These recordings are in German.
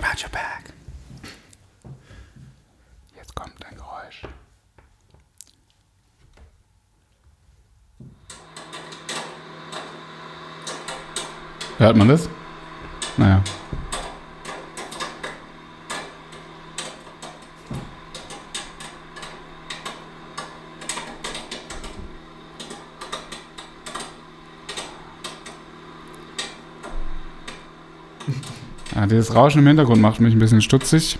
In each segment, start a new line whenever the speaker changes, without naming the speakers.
got your back. Jetzt kommt ein Geräusch. Hört man das? Naja. Ja, dieses Rauschen im Hintergrund macht mich ein bisschen stutzig.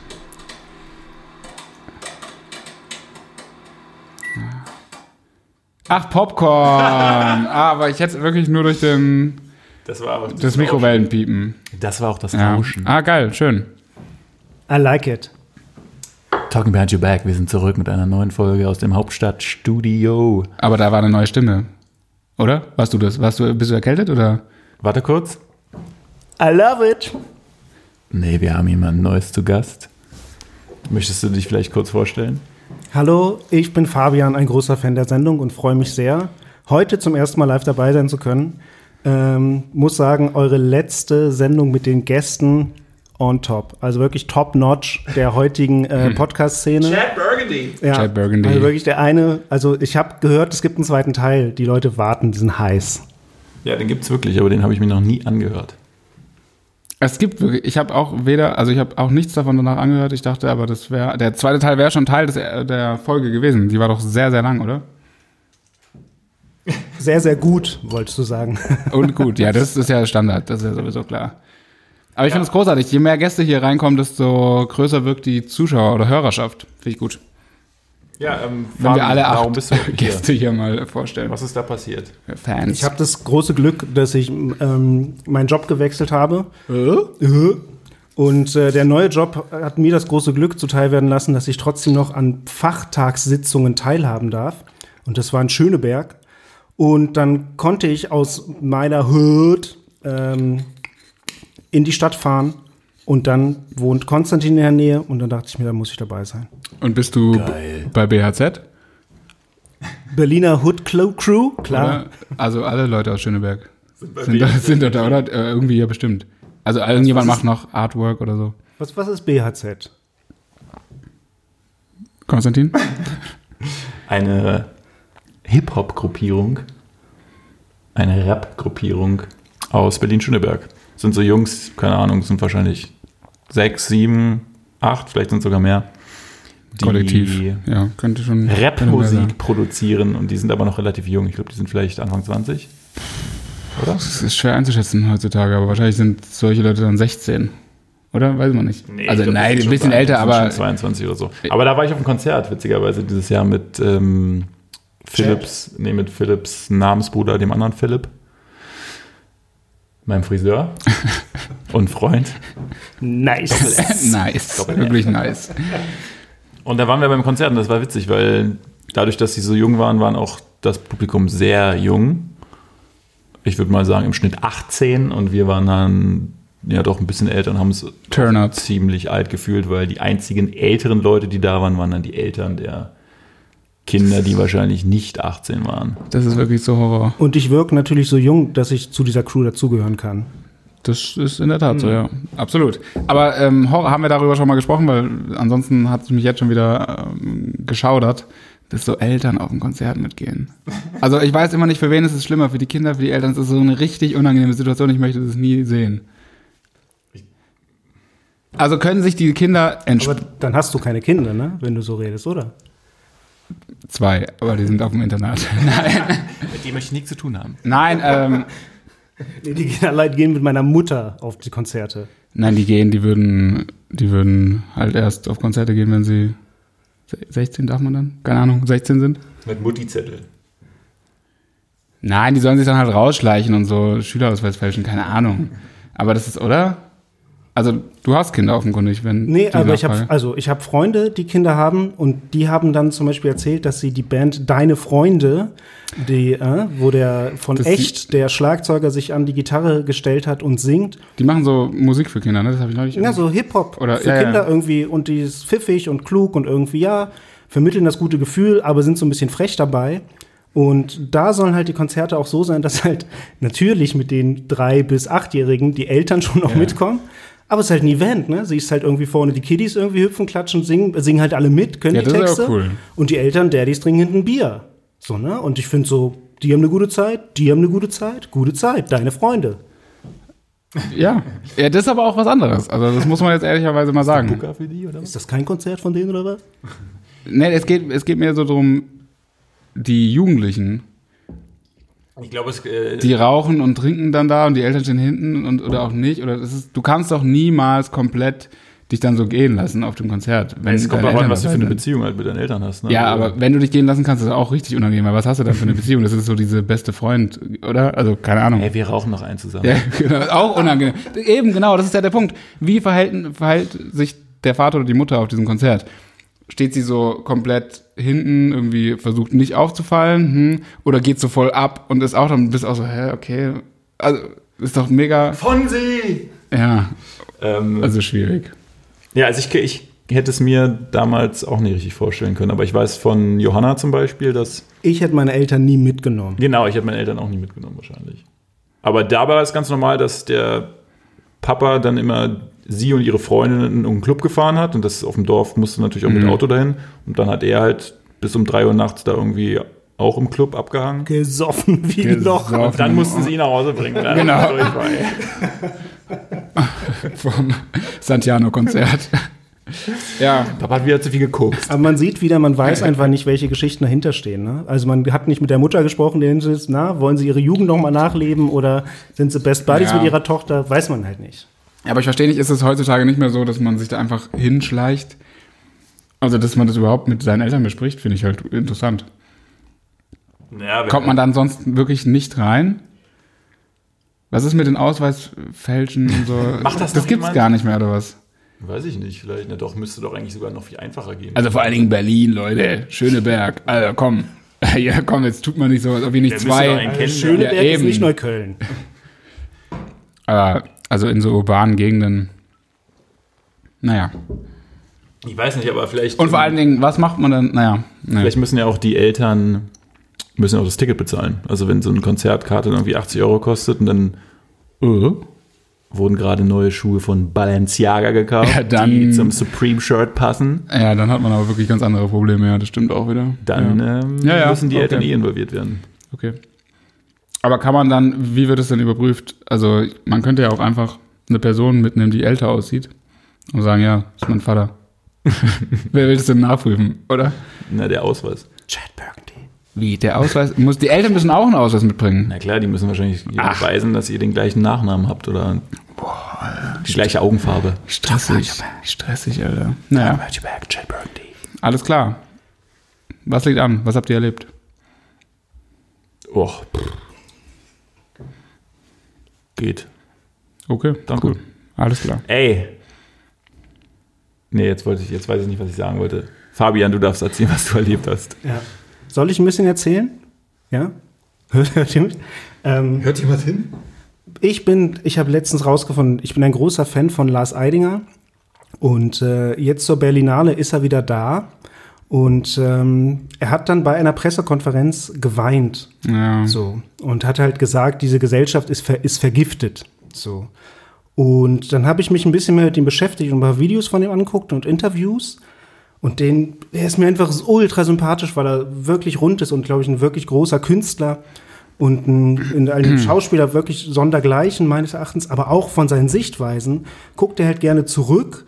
Ach, Popcorn! Aber ich hätte es wirklich nur durch den,
Das war aber
das Mikrowellenpiepen.
Das war auch das
Ja.
Rauschen.
Ah, geil, schön.
I like it.
Talking behind your back. Wir sind zurück mit einer neuen Folge aus dem Hauptstadtstudio.
Aber da war eine neue Stimme. Oder? Warst du das? Warst du, bist du erkältet oder?
Warte kurz.
I love it.
Nee, wir haben jemand Neues zu Gast. Möchtest du dich vielleicht kurz vorstellen?
Hallo, ich bin Fabian, ein großer Fan der Sendung und freue mich sehr, heute zum ersten Mal live dabei sein zu können. Ähm, muss sagen, eure letzte Sendung mit den Gästen on top. Also wirklich top-notch der heutigen äh, Podcast-Szene.
Chad Burgundy.
Ja,
Chad Burgundy.
Also wirklich der eine, also ich habe gehört, es gibt einen zweiten Teil. Die Leute warten, die sind heiß.
Ja, den gibt's wirklich, aber den habe ich mir noch nie angehört.
Es gibt wirklich, ich habe auch weder, also ich habe auch nichts davon danach angehört. Ich dachte aber, das wäre, der zweite Teil wäre schon Teil des, äh, der Folge gewesen. Die war doch sehr, sehr lang, oder?
Sehr, sehr gut, wolltest du sagen.
Und gut, ja, das ist ja Standard, das ist ja sowieso klar. Aber ich finde es großartig. Je mehr Gäste hier reinkommen, desto größer wirkt die Zuschauer- oder Hörerschaft. Finde ich gut.
Ja, ähm,
Wenn wir alle acht
hier?
Gäste hier mal vorstellen.
Was ist da passiert?
Fans.
Ich habe das große Glück, dass ich ähm, meinen Job gewechselt habe. Und äh, der neue Job hat mir das große Glück zuteil werden lassen, dass ich trotzdem noch an Fachtagssitzungen teilhaben darf. Und das war in Schöneberg. Und dann konnte ich aus meiner Hürde ähm, in die Stadt fahren. Und dann wohnt Konstantin in der Nähe. Und dann dachte ich mir, da muss ich dabei sein.
Und bist du
Geil.
bei BHZ?
Berliner Hood Clo- Crew, klar.
Oder? Also alle Leute aus Schöneberg sind, da, sind dort da, oder? Äh, irgendwie ja bestimmt. Also irgendjemand macht noch Artwork oder so.
Was, was ist BHZ?
Konstantin?
Eine Hip-Hop-Gruppierung, eine Rap-Gruppierung aus Berlin-Schöneberg. Sind so Jungs, keine Ahnung, sind wahrscheinlich sechs, sieben, acht, vielleicht sind sogar mehr. Die
Kollektiv. Ja, könnte schon. könnte mehr sein.
Rap-Musik produzieren und die sind aber noch relativ jung. Ich glaube, die sind vielleicht Anfang 20. Oder?
Das ist schwer einzuschätzen heutzutage, aber wahrscheinlich sind solche Leute dann 16. Oder? Weiß man nicht. also nein, ein bisschen älter, aber.
22 oder so. Aber da war ich auf einem Konzert, witzigerweise, dieses Jahr mit ähm, Philips, nee, mit Philips Namensbruder, dem anderen Philipp. Meinem Friseur und Freund.
Nice.
nice. Wirklich nice.
Und da waren wir beim Konzert und das war witzig, weil dadurch, dass sie so jung waren, waren auch das Publikum sehr jung. Ich würde mal sagen, im Schnitt 18 und wir waren dann ja doch ein bisschen älter und haben es
Turnups.
ziemlich alt gefühlt, weil die einzigen älteren Leute, die da waren, waren dann die Eltern der Kinder, die wahrscheinlich nicht 18 waren.
Das ist wirklich so Horror.
Und ich wirke natürlich so jung, dass ich zu dieser Crew dazugehören kann.
Das ist in der Tat so, ja. Absolut. Aber ähm, Horror haben wir darüber schon mal gesprochen, weil ansonsten hat es mich jetzt schon wieder ähm, geschaudert, dass so Eltern auf ein Konzert mitgehen. Also ich weiß immer nicht, für wen ist es schlimmer, für die Kinder, für die Eltern. Es ist so eine richtig unangenehme Situation, ich möchte das nie sehen. Also können sich die Kinder
Aber
entspannen.
dann hast du keine Kinder, ne? Wenn du so redest, oder?
Zwei, aber die sind auf dem Internat.
Mit denen möchte ich nichts zu tun haben.
Nein, ähm,
Nee, die gehen allein gehen mit meiner Mutter auf die Konzerte.
nein, die gehen, die würden, die würden halt erst auf Konzerte gehen, wenn sie 16 darf man dann? Keine Ahnung, 16 sind?
Mit Mutti-Zettel.
Nein, die sollen sich dann halt rausschleichen und so Schülerausweis fälschen, keine Ahnung. Aber das ist, oder? Also, du hast Kinder offenkundig, wenn.
Nee,
die
aber ich
Nachfrage-
habe also ich habe Freunde, die Kinder haben und die haben dann zum Beispiel erzählt, dass sie die Band Deine Freunde, die äh, wo der von
Das
echt der Schlagzeuger sich an die Gitarre gestellt hat und singt,
Die machen so Musik für Kinder, ne? Das habe ich neulich.
ja so Hip Hop
Oder-
für
ja, ja.
Kinder irgendwie und die ist pfiffig und klug und irgendwie ja vermitteln das gute Gefühl, aber sind so ein bisschen frech dabei. Und da sollen halt die Konzerte auch so sein, dass halt natürlich mit den drei bis achtjährigen die Eltern schon noch mitkommen. Aber es ist halt ein Event, ne? Siehst halt irgendwie vorne die Kiddies irgendwie hüpfen, klatschen, singen, singen halt alle mit, können
Ja,
die
das ist ja
Texte.
cool.
Und die Eltern, Daddys trinken hinten Bier. So, ne? Und ich finde so, die haben eine gute Zeit, die haben eine gute Zeit, gute Zeit, deine Freunde.
Ja. ja, das ist aber auch was anderes. Also das muss man jetzt ehrlicherweise mal sagen.
Buka für die, oder was?
Ist das kein Konzert von denen oder was?
Nee, es geht, es geht mir so drum, die Jugendlichen,
Ich glaube, es. Äh,
die rauchen und trinken dann da und die Eltern stehen hinten und oder auch nicht. Oder das ist, du kannst doch niemals komplett dich dann so gehen lassen auf dem Konzert. Wenn
es kommt
deine
darauf
Eltern
an, was du für
dabei
eine
sind.
Beziehung halt mit deinen Eltern hast. Ne?
Ja, aber wenn du dich gehen lassen kannst, ist das auch richtig unangenehm. Weil was hast du dann für eine Beziehung? Das ist so diese beste Freund, oder? Also, keine Ahnung.
Ey, wir rauchen noch einen zusammen.
Ja, genau, auch unangenehm. Eben, genau, das ist ja der Punkt. Wie verhält, verhält sich der Vater oder die Mutter auf diesem Konzert? Steht sie so komplett hinten, irgendwie versucht nicht aufzufallen, hm, oder geht so voll ab und ist auch dann bist auch so, hä, okay, also ist doch mega,
Fonsi!
ja,
Ähm,
also schwierig.
Ja, also ich, ich hätte es mir damals auch nicht richtig vorstellen können, aber ich weiß von Johanna zum Beispiel, dass.
Ich hätte meine Eltern nie mitgenommen.
Genau, ich habe meine Eltern auch nie mitgenommen, wahrscheinlich. Aber dabei war es ganz normal, dass der Papa dann immer sie und ihre Freundin in irgendeinen Club gefahren hat und das auf dem Dorf musste natürlich auch
Mhm.
mit Auto dahin. Und dann hat er halt bis um 3 Uhr nachts da irgendwie auch im Club abgehangen.
Gesoffen wie ein Loch.
Gesoffen.
Und dann mussten sie ihn nach Hause bringen. weil er
Genau.
durch war, ey.
Vom Santiano-Konzert. ja,
Papa hat wieder zu viel geguckt.
Aber man sieht wieder, man weiß einfach nicht, welche Geschichten dahinter stehen. Ne? Also man hat nicht mit der Mutter gesprochen, die hinten sitzt, na, wollen sie ihre Jugend nochmal nachleben oder sind sie Best Buddies
Ja.
mit ihrer Tochter? Weiß man halt nicht.
aber ich verstehe nicht, ist es heutzutage nicht mehr so, dass man sich da einfach hinschleicht. Also, dass man das überhaupt mit seinen Eltern bespricht, finde ich halt interessant.
Ja,
Kommt man dann sonst wirklich nicht rein? Was ist mit den Ausweisfälschen und so?
Macht das
das
noch
gibt's
jemand?
gar nicht mehr, oder was?
Weiß ich nicht, vielleicht. Na doch, müsste doch eigentlich sogar noch viel einfacher gehen.
Also vor allen Dingen Berlin, Leute. Schöneberg. Also komm. Ja, komm, jetzt tut man nicht so, als ob wir nicht
Der müsste doch
zwei.
eigentlich- Kennen wir.
Schöneberg
Ja,
ist
eben.
nicht Neukölln.
Aber, also in so urbanen Gegenden. Naja.
ich weiß nicht, aber vielleicht.
Und vor allen Dingen, was macht man dann? Naja. naja.
Vielleicht müssen ja auch die Eltern müssen auch das Ticket bezahlen. Also wenn so eine Konzertkarte dann irgendwie 80 Euro kostet und dann äh, wurden gerade neue Schuhe von Balenciaga gekauft,
Ja, dann-
die zum Supreme Shirt passen,
Ja, dann hat man aber wirklich ganz andere Probleme, ja, das stimmt auch wieder.
dann
ja.
ähm,
Ja, ja,
müssen die
okay.
Eltern eh involviert werden.
Okay. Aber kann man dann, wie wird es denn überprüft? Also, man könnte ja auch einfach eine Person mitnehmen, die älter aussieht und sagen, ja, ist mein Vater. Wer will das denn nachprüfen, oder?
Na, der Ausweis.
Chad Burgundy.
Wie, der Ausweis? Muss, die Eltern müssen auch einen Ausweis mitbringen.
Na klar, die müssen wahrscheinlich beweisen, dass ihr den gleichen Nachnamen habt oder die gleiche Augenfarbe.
Stressig. Stressig, Alter. Naja, alles klar. Was liegt an? Was habt ihr erlebt?
Och. pff. Geht.
Okay,
Danke.
cool. Alles klar.
Ey. Nee, jetzt wollte ich, jetzt weiß ich nicht, was ich sagen wollte. Fabian, du darfst erzählen, was du erlebt hast.
Ja. Soll ich ein bisschen erzählen? Ja? Hört ihr mich? Ähm,
Hört jemand hin?
ich bin, ich habe letztens rausgefunden, ich bin ein großer Fan von Lars Eidinger. Und äh, jetzt zur Berlinale ist er wieder da. Und ähm, er hat dann bei einer Pressekonferenz geweint.
Ja.
So. Und hat halt gesagt, diese Gesellschaft ist, ver ist vergiftet. So. Und dann habe ich mich ein bisschen mehr mit ihm beschäftigt und ein paar Videos von ihm angeguckt und Interviews. Und den, er ist mir einfach ultra sympathisch, weil er wirklich rund ist und, glaube ich, ein wirklich großer Künstler und ein, in einem Schauspieler wirklich sondergleichen meines Erachtens, aber auch von seinen Sichtweisen guckt er halt gerne zurück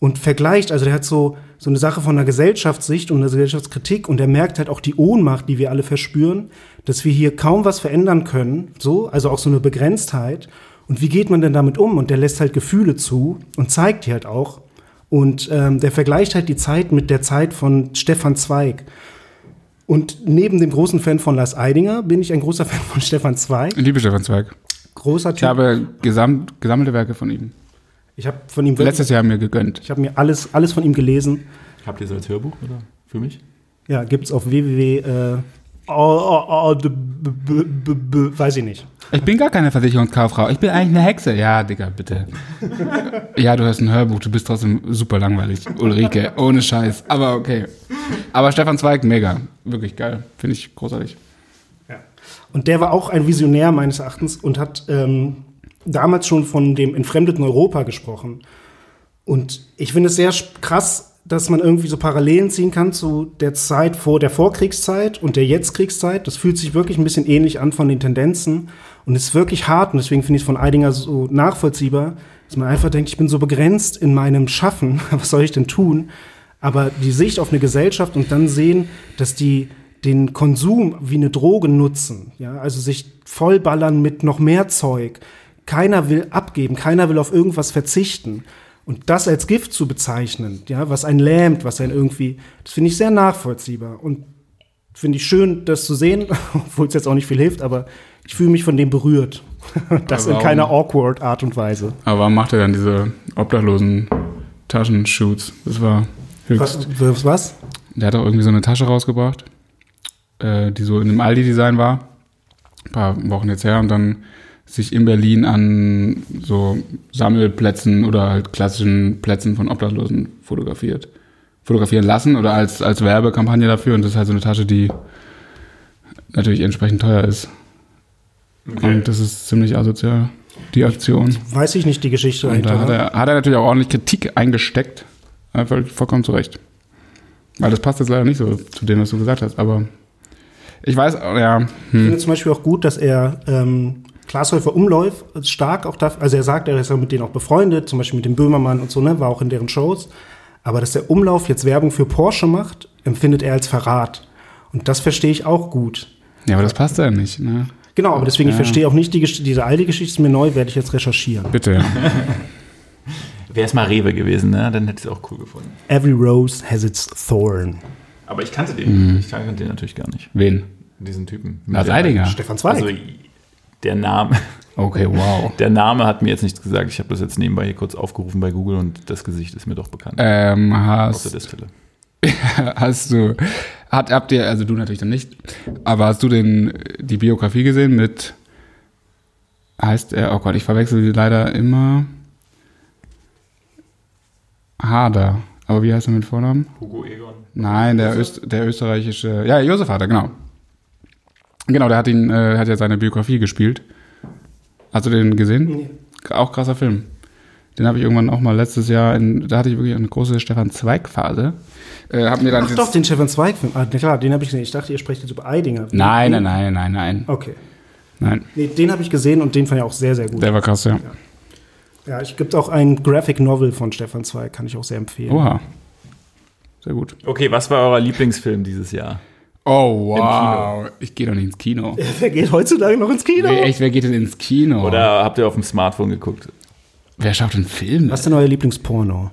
und vergleicht. Also der hat so, so eine Sache von einer Gesellschaftssicht und einer Gesellschaftskritik und er merkt halt auch die Ohnmacht, die wir alle verspüren, dass wir hier kaum was verändern können, so, also auch so eine Begrenztheit. Und wie geht man denn damit um? Und der lässt halt Gefühle zu und zeigt die halt auch. Und ähm, der vergleicht halt die Zeit mit der Zeit von Stefan Zweig. Und neben dem großen Fan von Lars Eidinger bin ich ein großer Fan von Stefan Zweig.
Liebe Stefan Zweig,
Großer Typ.
ich habe gesamt, gesammelte Werke von ihm.
ich habe von ihm wirklich,
Letztes Jahr mir gegönnt.
ich habe mir alles, alles von ihm gelesen.
Habt ihr das als Hörbuch oder für mich?
Ja, gibt's auf www. Äh, oh, oh, oh, d- b- b- b- b- weiß ich nicht.
Ich bin gar keine Versicherungskauffrau. Ich bin eigentlich eine Hexe. Ja, Digga, bitte. ja, du hast ein Hörbuch. Du bist trotzdem super langweilig, Ulrike. Ohne Scheiß. Aber okay. Aber Stefan Zweig, mega. Wirklich geil. Finde ich großartig.
Und der war auch ein Visionär meines Erachtens und hat ähm, damals schon von dem entfremdeten Europa gesprochen. Und ich finde es sehr krass, dass man irgendwie so Parallelen ziehen kann zu der Zeit vor der Vorkriegszeit und der Jetztkriegszeit. Das fühlt sich wirklich ein bisschen ähnlich an von den Tendenzen und ist wirklich hart. Und deswegen finde ich es von Eidinger so nachvollziehbar, dass man einfach denkt, ich bin so begrenzt in meinem Schaffen. Was soll ich denn tun? Aber die Sicht auf eine Gesellschaft und dann sehen, dass die den Konsum wie eine Droge nutzen, ja, also sich vollballern mit noch mehr Zeug. Keiner will abgeben, keiner will auf irgendwas verzichten. Und das als Gift zu bezeichnen, ja, was einen lähmt, was einen irgendwie, das finde ich sehr nachvollziehbar und finde ich schön, das zu sehen, obwohl es jetzt auch nicht viel hilft, aber ich fühle mich von dem berührt. das
Aber
in keiner awkward Art und Weise.
Aber warum macht er dann diese obdachlosen Taschenshoots? Das war höchst.
Was? was, was?
Der hat auch irgendwie so eine Tasche rausgebracht, äh, die so in einem Aldi-Design war. Ein paar Wochen jetzt her und dann sich in Berlin an so Sammelplätzen oder halt klassischen Plätzen von Obdachlosen fotografiert. Fotografieren lassen oder als, als Werbekampagne dafür. Und das ist halt so eine Tasche, die natürlich entsprechend teuer ist. Und das ist ziemlich asozial, die Aktion.
Weiß ich nicht die Geschichte
Und da
dahinter,
hat
ne?
er, hat er natürlich auch ordentlich Kritik eingesteckt. Einfach vollkommen zu Recht. Weil das passt jetzt leider nicht so zu dem, was du gesagt hast, aber ich weiß, ja,
Ich
hm,
finde zum Beispiel auch gut, dass er ähm, Glashäufer Umlauf stark auch dafür, also er sagt, er ist ja mit denen auch befreundet, zum Beispiel mit dem Böhmermann und so, ne, war auch in deren Shows. Aber dass der Umlauf jetzt Werbung für Porsche macht, empfindet er als Verrat. Und das verstehe ich auch gut.
ja, aber das passt ja nicht, ne?
Genau, aber deswegen, ich
Ja.
verstehe auch nicht die, Gesch- diese alte Geschichte, ist mir neu, werde ich jetzt recherchieren.
Bitte, ja.
Wäre es mal Rewe gewesen, ne? dann hätte ich es auch cool gefunden.
Every rose has its thorn.
Aber ich kannte den. Mhm. Ich kannte den natürlich gar nicht.
Wen?
Diesen Typen.
Lars
Der-
Eidinger.
Stefan Zweig.
Also der Name,
Okay, wow.
der Name hat mir jetzt nichts gesagt. Ich habe das jetzt nebenbei hier kurz aufgerufen bei Google und das Gesicht ist mir doch bekannt.
Ähm,
Außer
hast,
der Stelle.
hast du, hat, habt ihr, also du natürlich dann nicht, aber hast du den, die Biografie gesehen mit, heißt er, oh Gott, ich verwechsel sie leider immer, Hader, aber wie heißt er mit Vornamen?
Hugo Egon.
Nein, der, Öst, der österreichische. Ja, Josef hat er, genau. Genau, der hat ihn, äh, hat ja seine Biografie gespielt. Hast du den gesehen? Auch krasser Film. Den habe ich irgendwann auch mal letztes Jahr, in, da hatte ich wirklich eine große Stefan Zweig-Phase. Äh, hab mir dann
Ach
dieses-
doch, den Stefan Zweig-Film. Ah, na klar, den habe ich gesehen. Ich dachte, ihr sprecht jetzt über Eidinger.
nein, nein, nein, nein, nein,
Okay.
nein.
Nee, den habe ich gesehen und den fand ich auch sehr, sehr gut.
Der war krass, ja.
Ja, ich gibt auch ein Graphic Novel von Stefan Zweig, kann ich auch sehr empfehlen.
Oha. Sehr gut.
Okay, was war euer Lieblingsfilm dieses Jahr?
Oh, wow. Ich gehe doch nicht ins Kino.
Wer geht heutzutage noch ins Kino?
Wer, echt, wer geht denn ins Kino?
Oder habt ihr auf dem Smartphone geguckt?
wer schaut denn Filme?
Was ist denn euer Lieblingsporno?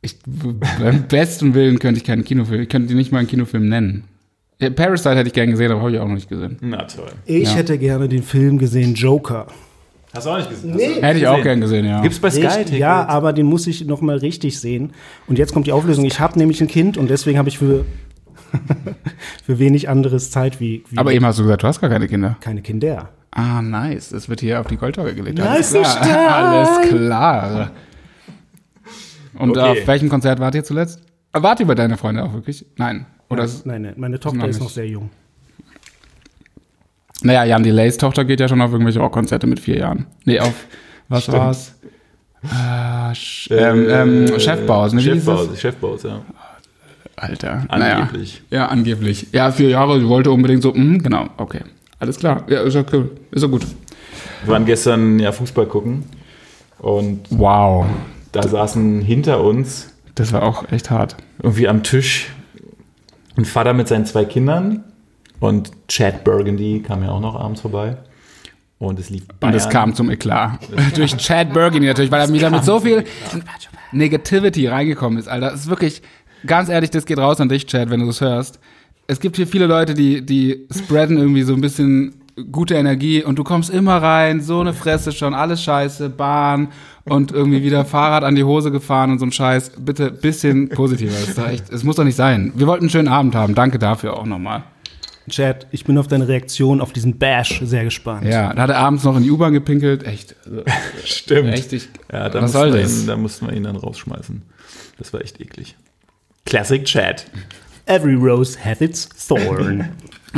Ich, beim besten Willen könnte ich keinen Kinofilm, ich könnte nicht mal einen Kinofilm nennen. Ja, Parasite hätte ich gern gesehen, aber habe ich auch noch nicht gesehen.
Na toll.
Ich
Ja.
hätte gerne den Film gesehen, Joker.
Hast du auch nicht gesehen?
Nee.
Hätte ich auch gern gesehen, ja.
Gibt's bei Sky?
Richtig,
Ticket?
ja, aber den muss ich noch mal richtig sehen. Und jetzt kommt die Auflösung. Ich habe nämlich ein Kind und deswegen habe ich für, für wenig anderes Zeit wie, wie
aber eben hast du gesagt, du hast gar keine Kinder.
keine Kinder.
Ah, nice. Das wird hier auf die Goldwaage gelegt.
Nice,
Alles
Stein!
klar. Alles klar. Und äh,
Okay.
auf welchem Konzert wart ihr zuletzt? Äh, Wart ihr bei deiner Freunde auch wirklich? Nein. Oder ist,
nein, nein, meine Tochter
noch
ist noch
nicht.
sehr jung.
naja, Jan Delays Tochter geht ja schon auf irgendwelche Rockkonzerte mit vier Jahren. Nee, auf was
Stimmt.
war's? Äh, Sch- ähm, ähm, Chefbaus, ne? Wie hieß das?
Chefbaus, Chefbaus, ja.
Alter.
Angeblich.
Naja. Ja, angeblich. Ja, vier Jahre, sie wollte unbedingt so, mhm, genau, okay. Alles klar. Ja, ist ja cool. Ist ja gut.
Wir waren gestern ja Fußball gucken und
Wow.
da saßen hinter uns
Das war auch echt hart.
irgendwie am Tisch ein Vater mit seinen zwei Kindern und Chad Burgundy kam ja auch noch abends vorbei und es lief
Und es kam zum Eklat. Durch Chad Burgundy natürlich, weil er wieder mit so viel Negativity reingekommen ist, Alter. Es ist wirklich, ganz ehrlich, das geht raus an dich, Chad, wenn du das hörst. Es gibt hier viele Leute, die, die spreaden irgendwie so ein bisschen gute Energie und du kommst immer rein, so eine Fresse schon, alles scheiße, Bahn und irgendwie wieder Fahrrad an die Hose gefahren und so ein Scheiß. Bitte bisschen positiver. Das ist doch echt, es muss doch nicht sein. Wir wollten einen schönen Abend haben. Danke dafür auch nochmal.
Chad, ich bin auf deine Reaktion auf diesen Bash sehr gespannt.
Ja, da hat er abends noch in die U-Bahn gepinkelt. Echt. Also,
Stimmt.
echt, ich,
Ja, da
was
mussten
soll
wir
das?
Ihn, da mussten wir ihn dann rausschmeißen. Das war echt eklig. Classic Chad.
Every rose hath its thorn.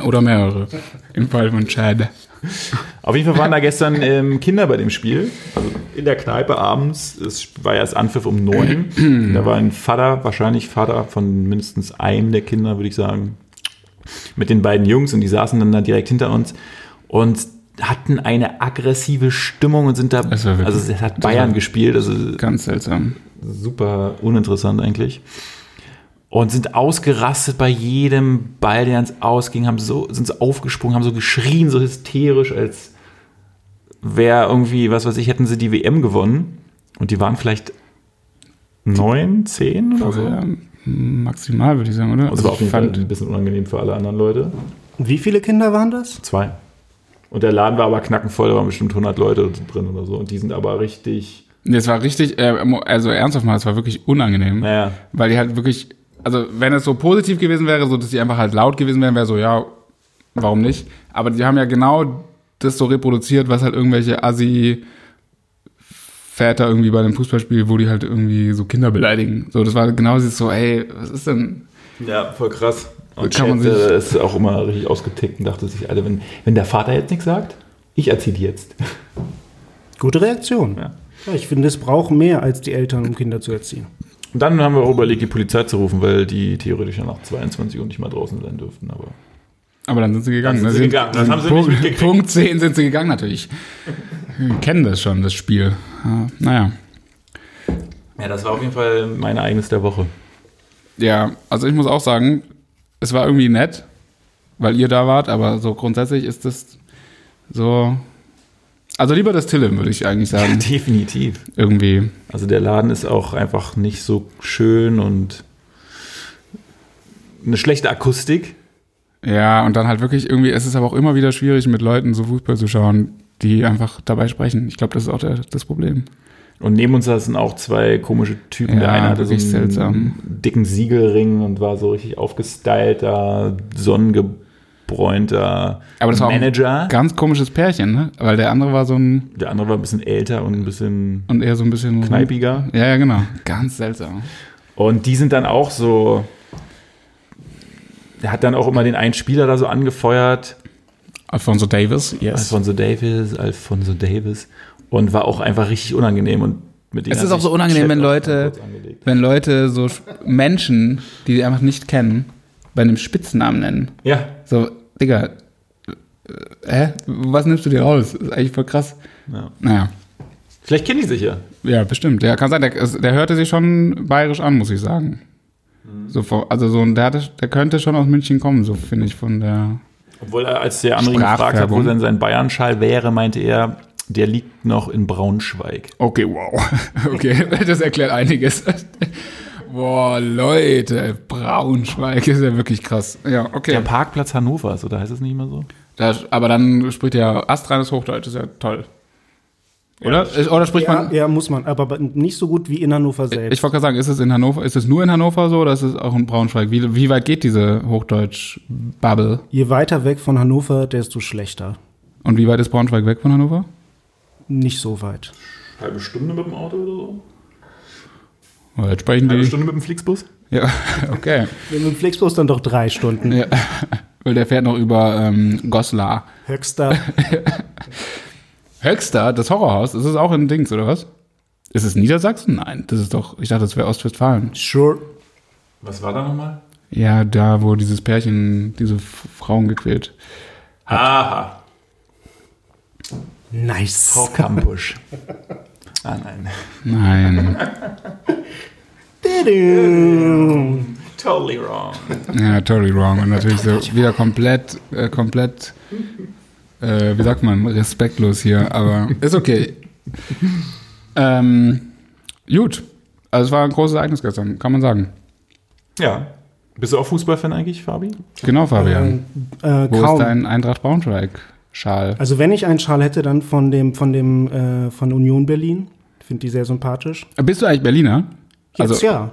Oder mehrere. Im Fall von Chad.
Auf jeden Fall waren da gestern ähm, Kinder bei dem Spiel. Also in der Kneipe abends. Es war ja erst Anpfiff um neun. da war ein Vater, wahrscheinlich Vater von mindestens einem der Kinder, würde ich sagen, mit den beiden Jungs und die saßen dann da direkt hinter uns und hatten eine aggressive Stimmung und sind da.
Das war wirklich-
also es hat Bayern gespielt, also
Ganz seltsam.
super uninteressant eigentlich. Und sind ausgerastet bei jedem Ball, der ans Ausging, haben so, sind so aufgesprungen, haben so geschrien, so hysterisch, als wäre irgendwie, was weiß ich, hätten sie die WM gewonnen. Und die waren vielleicht neun, zehn oder so.
Ja, maximal, würde ich sagen, oder?
Das war auf jeden Fall ein bisschen unangenehm für alle anderen Leute.
Wie viele Kinder waren das?
Zwei. Und der Laden war aber knackenvoll, da waren bestimmt 100 Leute drin oder so. Und die sind aber richtig,
Nee, es war richtig, äh, mo- also ernsthaft mal, es war wirklich unangenehm.
naja,
Weil die halt wirklich, also wenn es so positiv gewesen wäre, so dass die einfach halt laut gewesen wären, wäre so, ja, warum nicht? Aber die haben ja genau das so reproduziert, was halt irgendwelche Assi Väter irgendwie bei einem Fußballspiel, wo die halt irgendwie so Kinder beleidigen. So, das war genau dieses so, ey, was ist denn?
Ja, voll krass. Und
Kann
Chad
man sich-
äh, ist auch immer richtig ausgetickt und dachte sich alle, wenn, wenn der Vater jetzt nichts sagt, ich erziehe die jetzt.
Gute Reaktion.
Ja.
Ja, ich finde, es braucht mehr als die Eltern, um Kinder zu erziehen.
Und dann haben wir auch überlegt, die Polizei zu rufen, weil die theoretisch ja nach 22 Uhr nicht mal draußen sein dürften. Aber
Aber dann sind sie gegangen.
Dann sind
ne?
sie gegangen. Das haben sie
Punkt,
nicht mitgekriegt.
Punkt 10 sind sie gegangen natürlich. Wir kennen das schon, das Spiel. Ja, naja.
ja, das war auf jeden Fall mein eigenes der Woche.
Ja, also ich muss auch sagen, es war irgendwie nett, weil ihr da wart, aber so grundsätzlich ist das so. Also lieber das Tillem, würde ich eigentlich sagen.
definitiv.
Irgendwie.
Also der Laden ist auch einfach nicht so schön und eine schlechte Akustik.
Ja, und dann halt wirklich irgendwie, es ist aber auch immer wieder schwierig, mit Leuten so Fußball zu schauen, die einfach dabei sprechen. Ich glaube, das ist auch der, das Problem.
Und neben uns saßen auch zwei komische Typen. der
Ja,
eine hatte so einen
wirklich seltsam.
dicken Siegelring und war so richtig aufgestylter, sonnengebräunter
Aber das war auch ein
Manager.
Ganz komisches Pärchen, ne? Weil der andere war so ein
Der andere war ein bisschen älter und ein bisschen
und eher so ein bisschen.
kneipiger.
Ja, ja, genau. Ganz seltsam.
Und die sind dann auch so. Der hat dann auch immer den einen Spieler da so angefeuert.
Alfonso Davis, yes.
Alfonso Davis, Alfonso Davis. Und war auch einfach richtig unangenehm. Und mit denen
Es
hat
ist auch
sich
so unangenehm,
Chat
wenn
auch
Leute-
kurz angelegt.
wenn Leute so Sp- Menschen, die sie einfach nicht kennen, bei einem Spitznamen nennen.
Ja,
So, Digga, äh, hä? Was nimmst du dir raus? Ist eigentlich voll krass.
ja.
Naja,
Vielleicht kennen die sich ja.
ja, bestimmt. Ja, kann sein, der, es- der hörte sich schon bayerisch an, muss ich sagen. So, vor- also so, ein- der, hatte, der könnte schon aus München kommen, so finde ich von der.
Obwohl er, als der andere ihn gefragt hat, wo
Sprachfärbung.
denn sein Bayern-Schal wäre, meinte er, der liegt noch in Braunschweig.
Okay, wow. Okay, das erklärt einiges. Boah, Leute, Braunschweig ist ja wirklich krass. Ja, okay.
Der Parkplatz Hannovers, oder heißt es nicht mehr so?
Da, aber dann spricht ja astreines Hochdeutsch, ist ja toll. Oder? Ist- Oder spricht
Ja,
man.
ja, muss man, aber nicht so gut wie in Hannover selbst.
Ich wollte gerade sagen, ist es in Hannover, ist es nur in Hannover so oder ist es auch in Braunschweig? Wie, wie weit geht diese Hochdeutsch-Bubble?
Je weiter weg von Hannover, desto schlechter.
Und wie weit ist Braunschweig weg von Hannover?
Nicht so weit.
Halbe Stunde mit dem Auto oder so?
Oh, jetzt sprechen
Halbe
die.
Stunde mit dem Flixbus?
Ja, okay.
Mit dem Flixbus dann doch drei Stunden.
Ja. Weil der fährt noch über ähm, Goslar.
Höchster.
Höxter, das Horrorhaus, ist es auch in Dings, oder was? Ist es Niedersachsen? Nein, das ist doch, ich dachte, das wäre Ostwestfalen.
Sure.
Was war da nochmal?
Ja, da, wo dieses Pärchen, diese F- Frauen gequält.
Aha,
Nice.
Frau Kampusch. ah nein.
Nein.
Totally wrong.
Ja, totally wrong. Und natürlich so wieder komplett, äh, komplett, äh, wie sagt man, respektlos hier, aber ist okay. ähm, gut. Also es war ein großes Ereignis gestern, kann man sagen.
Ja. Bist du auch Fußballfan eigentlich, Fabi?
Genau, Fabian.
Äh, äh,
Wo
kaum.
ist dein Eintracht Braunschweig-Schal?
also wenn ich einen Schal hätte, dann von dem, von dem, äh, von Union Berlin. Ich finde die sehr sympathisch.
Bist du eigentlich Berliner?
Jetzt
Also-
ja.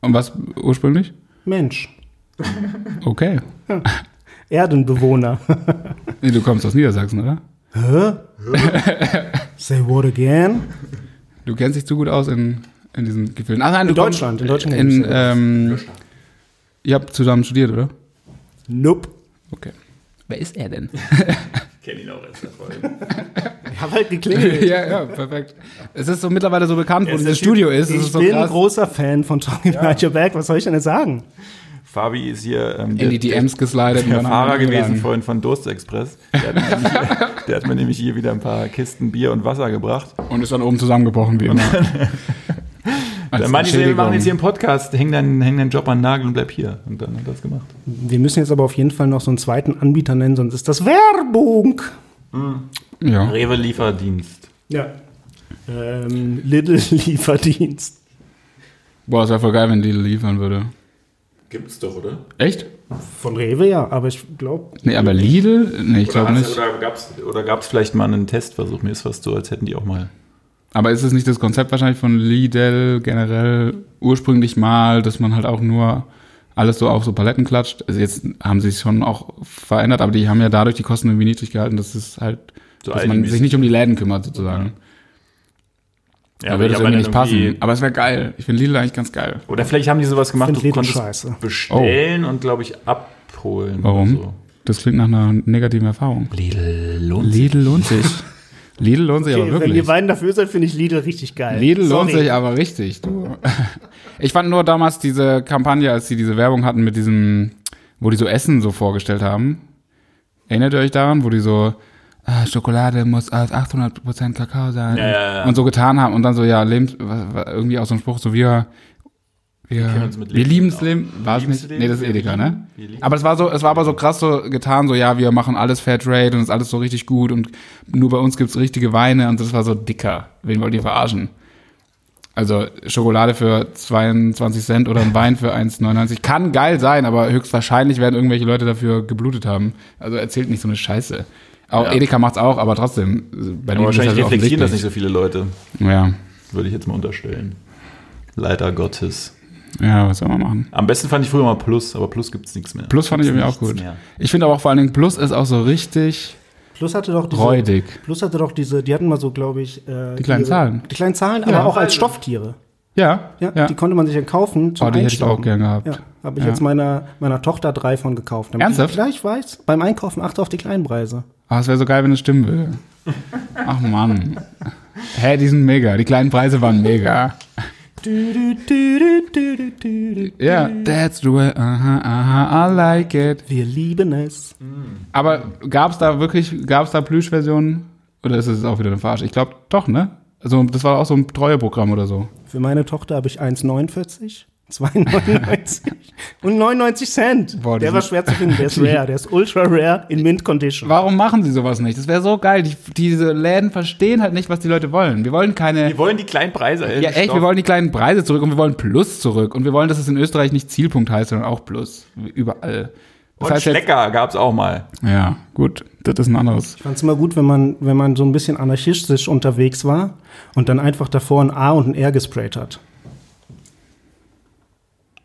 Und was ursprünglich?
Mensch.
Okay.
Erdenbewohner.
Nee, du kommst aus Niedersachsen, oder?
Hä? Say what again?
Du kennst dich zu gut aus in, in diesen Gefühlen. Ach nein, du
In
kommst-
Deutschland, in Deutschland
In,
kennst du dich
ähm, Ihr habt zusammen studiert, oder?
Nope.
Okay. Wer ist er denn?
Kenn ihn auch erst davon.
Ich habe halt geklingelt.
ja, ja, perfekt. Es ist so mittlerweile so bekannt, wo
Es
dieses
ist-
Studio ist. Es
Ich
ist so
bin ein
krass.
großer Fan von Tommy Nigel Berg. Was soll ich denn jetzt sagen?
Fabi ist hier ähm,
in die DMs geslidet. und
der
dann
Fahrer
haben wir
gewesen
angegangen.
vorhin von Durst Express. Der hat, mir nämlich, der hat mir nämlich hier wieder ein paar Kisten Bier und Wasser gebracht.
Und ist dann oben zusammengebrochen, wie immer. Als
Dann meinte ich, wir Äh,
Entschädigung.
machen jetzt hier einen Podcast, häng deinen, häng deinen Job an den Nagel und bleib hier. Und dann hat er das gemacht.
Wir müssen jetzt aber auf jeden Fall noch so einen zweiten Anbieter nennen, sonst ist das Werbung.
Ja.
Rewe Lieferdienst.
Ja. Ähm, Little Lieferdienst.
Boah, es wäre voll geil, wenn Lidl liefern würde.
Gibt's doch, oder?
Echt?
Von Rewe, ja, aber ich glaube.
Nee, aber Lidl? Nee, ich glaube nicht.
Oder gab's, oder gab's vielleicht mal einen Testversuch? Mir ist fast so, als hätten die auch mal.
Aber ist es nicht das Konzept wahrscheinlich von Lidl generell ursprünglich mal, dass man halt auch nur alles so auf so Paletten klatscht? Also jetzt haben sie es schon auch verändert, aber die haben ja dadurch die Kosten irgendwie niedrig gehalten, dass es halt,
So
dass
alt
man
wie
sich
es-
nicht um die Läden kümmert sozusagen. Ja, da
aber
würde es
die haben
irgendwie nicht
dann irgendwie-
passen. Aber es wäre geil. Ich finde Lidl eigentlich ganz geil.
Oder vielleicht haben die sowas gemacht,
Find
du
Lidl
konntest
scheiße.
bestellen und, glaube ich, abholen.
Warum?
Oder so.
Das klingt nach einer negativen Erfahrung.
Lidl lohnt sich.
Lidl lohnt sich. Lidl lohnt sich aber
wenn
wirklich.
ihr beiden dafür seid, finde ich Lidl richtig geil.
Lidl
Sorry.
lohnt sich aber richtig, du. Ich fand nur damals diese Kampagne, als sie diese Werbung hatten mit diesem, wo die so Essen so vorgestellt haben. Erinnert ihr euch daran, wo die so ah, Schokolade muss aus 800% Kakao sein
Ja, ja, ja.
und so getan haben und dann so, ja, Lebens, wa- wa- irgendwie aus so einem Spruch, so wir, wir,
kennen uns mit
wir
Leben
lieben es
aus.
Leben, war es
Lieben's
nicht?
Leben,
Nee, das ist
wir
Edeka, ne?
lieben- wir lieben-
Aber es war so, es war aber so krass so getan, so ja, wir machen alles Fairtrade und ist alles so richtig gut und nur bei uns gibt's richtige Weine und das war so dicker. Wen wollt ihr verarschen? Also Schokolade für 22 Cent oder ein Wein für 1,99 kann geil sein, aber höchstwahrscheinlich werden irgendwelche Leute dafür geblutet haben. Also erzählt nicht so eine Scheiße. Auch
Ja.
Edeka macht's auch, aber trotzdem. äh, Bei denen
Aber
ist
wahrscheinlich
halt
reflektieren das
offensichtlich.
nicht so viele Leute,
Ja,
würde ich jetzt mal unterstellen. Leider Gottes.
ja, was soll man machen?
Am besten fand ich früher mal Plus, aber Plus gibt's nichts mehr.
Plus fand ich irgendwie auch
Nichts
gut.
mehr.
Ich finde aber auch vor allen Dingen Plus ist auch so richtig
Plus hatte doch diese.
räudig.
Plus hatte doch diese, die hatten mal so, glaube ich. Äh,
Die kleinen
ihre-
Zahlen.
Die kleinen Zahlen,
Ja.
aber auch als Stofftiere.
Ja,
Ja, Die konnte man sich dann kaufen. Zum
Oh, die hätte ich auch
Einstauben.
gern gehabt.
Ja, habe ich
Ja.
jetzt meiner, meiner Tochter drei von gekauft. Damit
Ernsthaft?
die Gleich weiß, beim Einkaufen achte auf die kleinen Preise.
Ah, es wäre so geil, wenn es stimmen würde. Ach Mann. Hä, die sind mega. Die kleinen Preise waren mega. Ja, that's the way. Aha, aha, I like it.
Wir lieben es.
Aber gab's da wirklich, gab's da Plüschversionen? Oder ist es auch wieder eine Verarsche? Ich glaube doch, ne? Also das war auch so ein Treueprogramm oder so.
Für meine Tochter habe ich 1,49, 2,99 und 99 Cent.
Boah, die
der war
sind-
schwer zu finden. Der ist rare. Der ist ultra rare in Mint Condition.
Warum machen sie sowas nicht? Das wäre so geil. Die, diese Läden verstehen halt nicht, was die Leute wollen. Wir wollen keine.
Wir wollen die kleinen Preise. ey.
Ja, echt,
Stopp.
wir wollen die kleinen Preise zurück und wir wollen Plus zurück. Und wir wollen, dass es in Österreich nicht Zielpunkt heißt, sondern auch Plus. Überall. Das
Und
jetzt-
Schlecker gab's auch mal.
Ja, gut, das ist ein anderes.
Ich fand es immer gut, wenn man, wenn man so ein bisschen anarchistisch unterwegs war und dann einfach davor ein A und ein R gesprayt hat.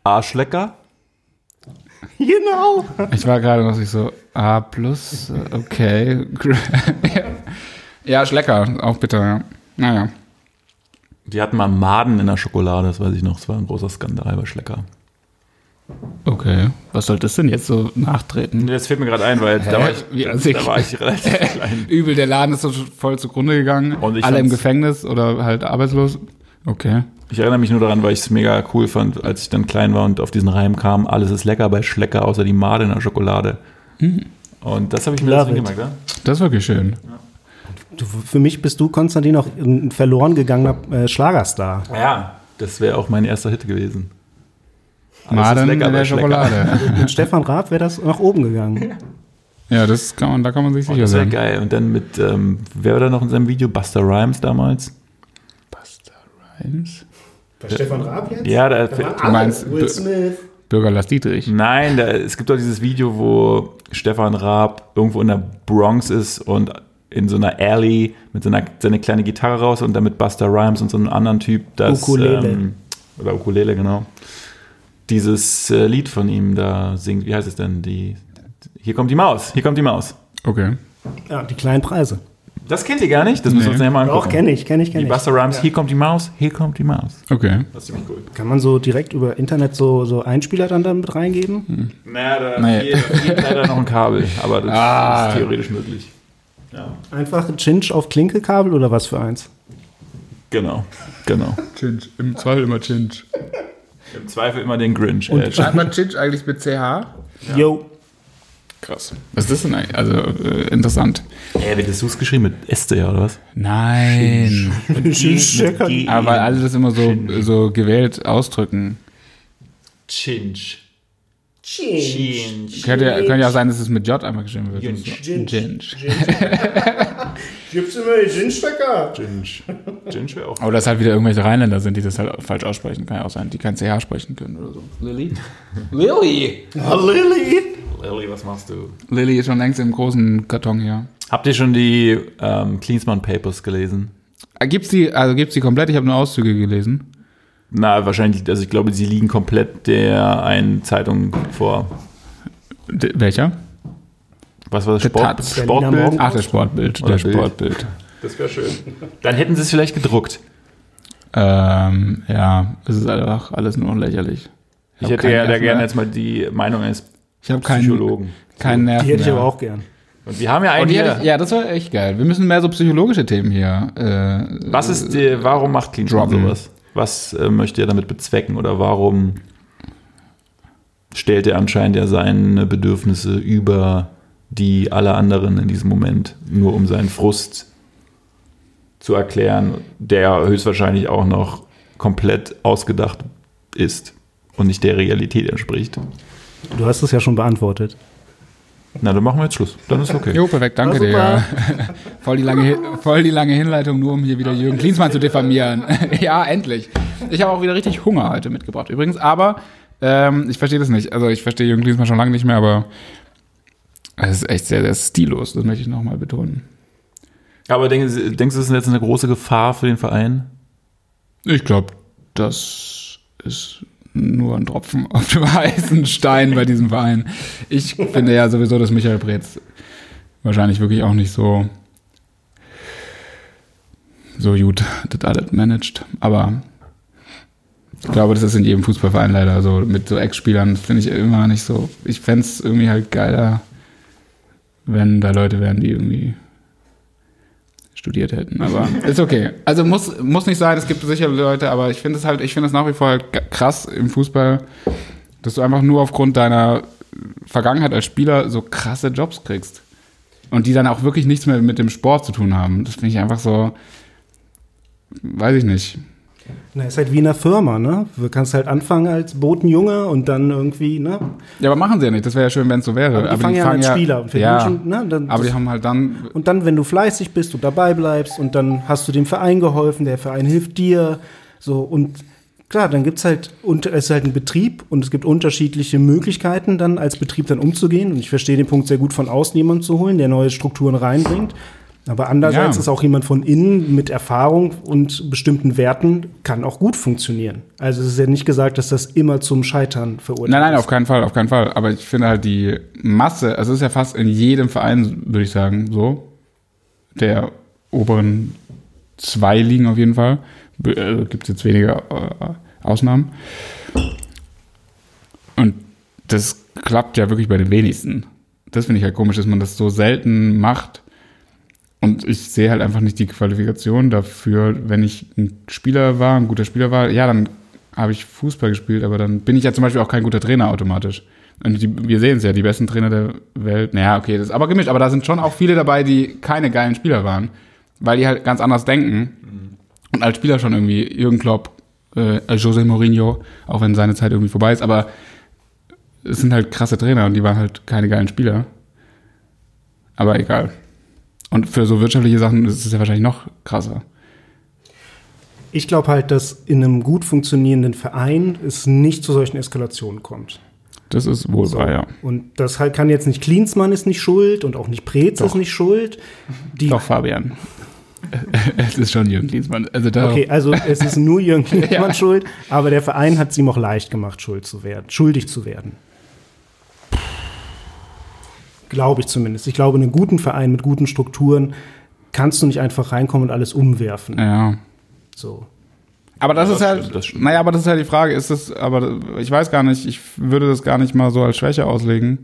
Arschlecker?
Genau.
Ich war gerade noch so, A plus, äh, okay. ja, Schlecker, auch bitter, ja. Naja.
Die hatten mal Maden in der Schokolade, das weiß ich noch. Das war ein großer Skandal bei Schlecker.
Okay. Was soll das denn jetzt so nachtreten?
Nee, das fällt mir gerade ein, weil da war, ich,
Wie, also ich-
da war ich relativ klein.
Übel, der Laden ist so voll zugrunde gegangen.
Und ich
Alle im
fand's-
Gefängnis oder halt arbeitslos. Okay.
Ich erinnere mich nur daran, weil ich es mega cool fand, als ich dann klein war und auf diesen Reim kam, alles ist lecker bei Schlecker, außer die Made in der Schokolade.
Mhm.
Und das habe ich mir
Love
deswegen
it.
gemerkt, ja?
Das ist wirklich schön.
Du, für mich bist du, Konstantin, auch ein verloren gegangener äh, Schlagerstar.
Ja, das wäre auch mein erster Hit gewesen.
Maden in
lecker bei
der
Schlecker.
Schokolade.
Mit Stefan Raab wäre das nach oben gegangen.
ja, das kann man, da kann man sich
Oh,
sicher
das wäre
sein.
geil. Und dann mit, ähm, wer war da noch in seinem Video? Buster Rhymes damals?
Buster Rhymes?
Bei Stefan Raab jetzt?
Ja, da,
Du meinst Will
Smith.
Bürger Lars Dietrich.
nein, da, es gibt doch dieses Video, wo Stefan Raab irgendwo in der Bronx ist und in so einer Alley mit seiner seine kleine Gitarre raus und dann mit Buster Rhymes und so einem anderen Typ das
Ukulele.
Ähm, oder Ukulele, genau. Dieses äh, Lied von ihm da singt, wie heißt es denn? Die, hier kommt die Maus, hier kommt die Maus.
Okay.
Ja, die kleinen Preise.
Das kennt ihr gar nicht? Das müssen wir uns
Nee.
nachher mal angucken.
Doch, kenne ich, kenne ich,
Die
kenne ich.
Buster Rhymes, hier kommt die Maus, hier kommt die Maus.
Okay.
Das ist ziemlich cool.
Kann man so direkt über Internet so, so Einspieler dann damit reingeben?
Naja, da
Nee.
fehlt- fehlt leider noch ein Kabel, aber das
Ah.
ist theoretisch möglich. Ja.
Einfach ein Chinch auf Klinkekabel oder was für eins?
Genau, genau.
Chinch. Im Zweifel immer Chinch.
Im Zweifel immer den Grinch. äh,
Schreibt man Chinch eigentlich mit CH?
Yo.
Krass. Was ist das denn eigentlich? Also, äh, interessant.
Äh, wird das Sus geschrieben mit Este, oder was?
Nein.
Chinch.
Aber weil
also-
alle das immer so, so gewählt ausdrücken.
Chinch.
Könnte ja, könnte ja auch sein, dass es mit J einmal geschrieben wird.
Chinch.
Chinch.
Gibt's immer den Chinch-Stecker?
Chinch. Chinch wäre auch.
Aber das halt wieder irgendwelche Rheinländer sind, die das halt falsch aussprechen. Kann ja auch sein, die kein CH sprechen können oder so. Lilly? Lilly!
Lilly.
Lily, was machst du?
Lilly ist schon längst im großen Karton hier.
Habt ihr schon die ähm, Cleansman Papers gelesen?
Äh, Gibt's die, also gibt's die komplett? Ich habe nur Auszüge gelesen.
Na, wahrscheinlich, also ich glaube, sie liegen komplett der einen Zeitung vor.
D welcher?
Was war das?
Der
Sport,
Taz.
Berliner
Sportbild?
Morgen-
Ach, das Sportbild.
Oder
der
Bild.
Sportbild.
Das wäre schön. Dann hätten sie es vielleicht gedruckt.
Ähm, ja, es ist einfach alles nur noch lächerlich.
Ich
hab
hätte
keinen
ja da
Nerv
gerne
mehr.
jetzt mal die Meinung eines
Ich habe keinen,
Psychologen.
keinen Nerv
Die hätte ich
mehr.
aber auch gern.
Und wir haben ja
Und
einen
die
hier.
hätte ich, ja, das war echt geil. Wir müssen mehr so psychologische Themen hier. Äh,
Was ist, die, warum macht Clean Shop
Droppen.
sowas? Was äh, möchte er damit bezwecken oder warum stellt er anscheinend ja seine Bedürfnisse über die aller anderen in diesem Moment, nur um seinen Frust zu erklären, der höchstwahrscheinlich auch noch komplett ausgedacht ist und nicht der Realität entspricht.
Du hast es ja schon beantwortet.
Na, dann machen wir jetzt Schluss. Dann ist okay.
Jo, perfekt, danke
War
dir. Voll die, lange, Hin- voll die lange Hinleitung, nur um hier wieder Jürgen Klinsmann zu diffamieren. ja, endlich. Ich habe auch wieder richtig Hunger heute mitgebracht übrigens, aber ähm, ich verstehe das nicht. Also ich verstehe Jürgen Klinsmann schon lange nicht mehr, aber es ist echt sehr, sehr stillos, das möchte ich nochmal betonen.
Aber denken Sie- denkst du, das ist jetzt eine große Gefahr für den Verein?
Ich glaube, das ist nur ein Tropfen auf dem heißen Stein bei diesem Verein. Ich finde ja sowieso, dass Michael Preetz wahrscheinlich wirklich auch nicht so so gut das alles managt. Aber ich glaube, das ist in jedem Fußballverein leider so. Mit so Ex-Spielern finde ich immer nicht so. Ich fände es irgendwie halt geiler, wenn da Leute wären, die irgendwie studiert hätten. Aber ist okay. Also muss, muss nicht sein, es gibt sicher Leute, aber ich finde es halt, ich finde es nach wie vor halt g- krass im Fußball, dass du einfach nur aufgrund deiner Vergangenheit als Spieler so krasse Jobs kriegst. Und die dann auch wirklich nichts mehr mit dem Sport zu tun haben. Das finde ich einfach so, weiß ich nicht.
Na, ist halt wie in einer Firma, ne? Du kannst halt anfangen als Botenjunge und dann irgendwie, ne?
Ja, aber machen sie ja nicht. Das wäre ja schön, wenn es so wäre.
Aber die fangen ja an als Spieler und verdienen
ja,
schon, ne? Dann-
aber die
das-
haben halt dann,
Und dann, wenn du fleißig bist und dabei bleibst und dann hast du dem Verein geholfen, der Verein hilft dir. So, und klar, dann gibt's halt, und es ist halt ein Betrieb und es gibt unterschiedliche Möglichkeiten, dann als Betrieb dann umzugehen. Und ich verstehe den Punkt sehr gut, von außen jemanden zu holen, der neue Strukturen reinbringt. Aber andererseits
Ja.
ist auch jemand von innen mit Erfahrung und bestimmten Werten kann auch gut funktionieren. Also es ist ja nicht gesagt, dass das immer zum Scheitern verurteilt
Nein, nein,
ist.
auf keinen Fall, auf keinen Fall. Aber ich finde halt die Masse, also es ist ja fast in jedem Verein, würde ich sagen, so, der oberen zwei Ligen auf jeden Fall. B- Äh, Gibt es jetzt weniger äh, Ausnahmen. Und das klappt ja wirklich bei den wenigsten. Das finde ich halt komisch, dass man das so selten macht. Und ich sehe halt einfach nicht die Qualifikation dafür, wenn ich ein Spieler war, ein guter Spieler war, ja, dann habe ich Fußball gespielt, aber dann bin ich ja zum Beispiel auch kein guter Trainer automatisch. Und die, wir sehen es ja, die besten Trainer der Welt, naja, okay, das ist aber gemischt, aber da sind schon auch viele dabei, die keine geilen Spieler waren, weil die halt ganz anders denken und als Spieler schon irgendwie Jürgen Klopp, äh, Jose Mourinho, auch wenn seine Zeit irgendwie vorbei ist, aber es sind halt krasse Trainer und die waren halt keine geilen Spieler. Aber egal. Und für so wirtschaftliche Sachen ist es ja wahrscheinlich noch krasser.
Ich glaube halt, dass in einem gut funktionierenden Verein es nicht zu solchen Eskalationen kommt.
Das ist wohl wahr, Ah, ja.
Und das halt kann jetzt nicht Klinsmann ist nicht schuld und auch nicht Preetz
Doch.
ist nicht schuld. Die,
Doch, Fabian. es ist schon Jürgen Klinsmann. Also da
Okay, also es ist nur Jürgen Klinsmann
Ja.
schuld, aber der Verein hat es ihm auch leicht gemacht, schuld zu werden, schuldig zu werden. Glaube ich zumindest. Ich glaube, in einem guten Verein mit guten Strukturen kannst du nicht einfach reinkommen und alles umwerfen.
Ja.
So.
Aber das
Ja,
ist
das
halt,
stimmt, das stimmt.
naja, aber das ist halt die Frage, ist es, aber ich weiß gar nicht, ich würde das gar nicht mal so als Schwäche auslegen.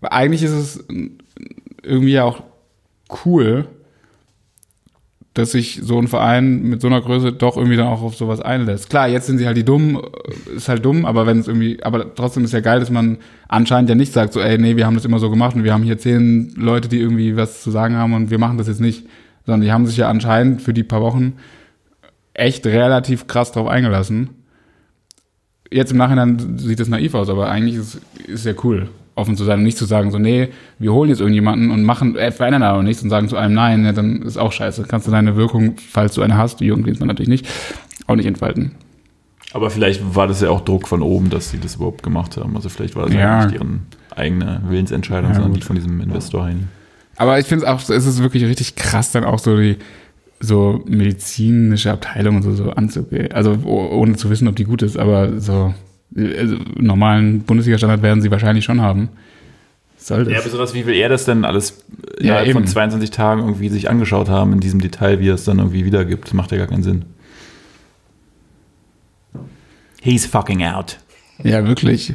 Weil eigentlich ist es irgendwie ja auch cool, dass sich so ein Verein mit so einer Größe doch irgendwie dann auch auf sowas einlässt. Klar, jetzt sind sie halt die dummen, äh, ist halt dumm, aber wenn es irgendwie, aber trotzdem ist ja geil, dass man anscheinend ja nicht sagt, so, ey, nee, wir haben das immer so gemacht und wir haben hier zehn Leute, die irgendwie was zu sagen haben und wir machen das jetzt nicht. Sondern die haben sich ja anscheinend für die paar Wochen echt relativ krass drauf eingelassen. Jetzt im Nachhinein sieht es naiv aus, aber eigentlich ist ist ja cool, offen zu sein und nicht zu sagen, so, nee, wir holen jetzt irgendjemanden und machen, äh, verändern aber nichts und sagen zu einem Nein, ja, dann ist auch scheiße. Kannst du deine Wirkung, falls du eine hast, die irgendwie ist man natürlich nicht, auch nicht entfalten.
Aber vielleicht war das ja auch Druck von oben, dass sie das überhaupt gemacht haben. Also vielleicht war das
Ja.
ja nicht deren eigene Willensentscheidung,
Ja,
sondern
gut.
die von diesem Investor hin.
Aber ich finde es auch, es ist wirklich richtig krass, dann auch so die so medizinische Abteilung und so, so anzugehen. Also o- ohne zu wissen, ob die gut ist, aber so äh, also, normalen Bundesliga-Standard werden sie wahrscheinlich schon haben. Soll das?
Ja, aber sowas, wie will er das denn alles
Ja,
innerhalb von
eben.
22 Tagen irgendwie sich angeschaut haben in diesem Detail, wie er es dann irgendwie wiedergibt? Macht ja gar keinen Sinn. He's fucking out.
Ja, wirklich.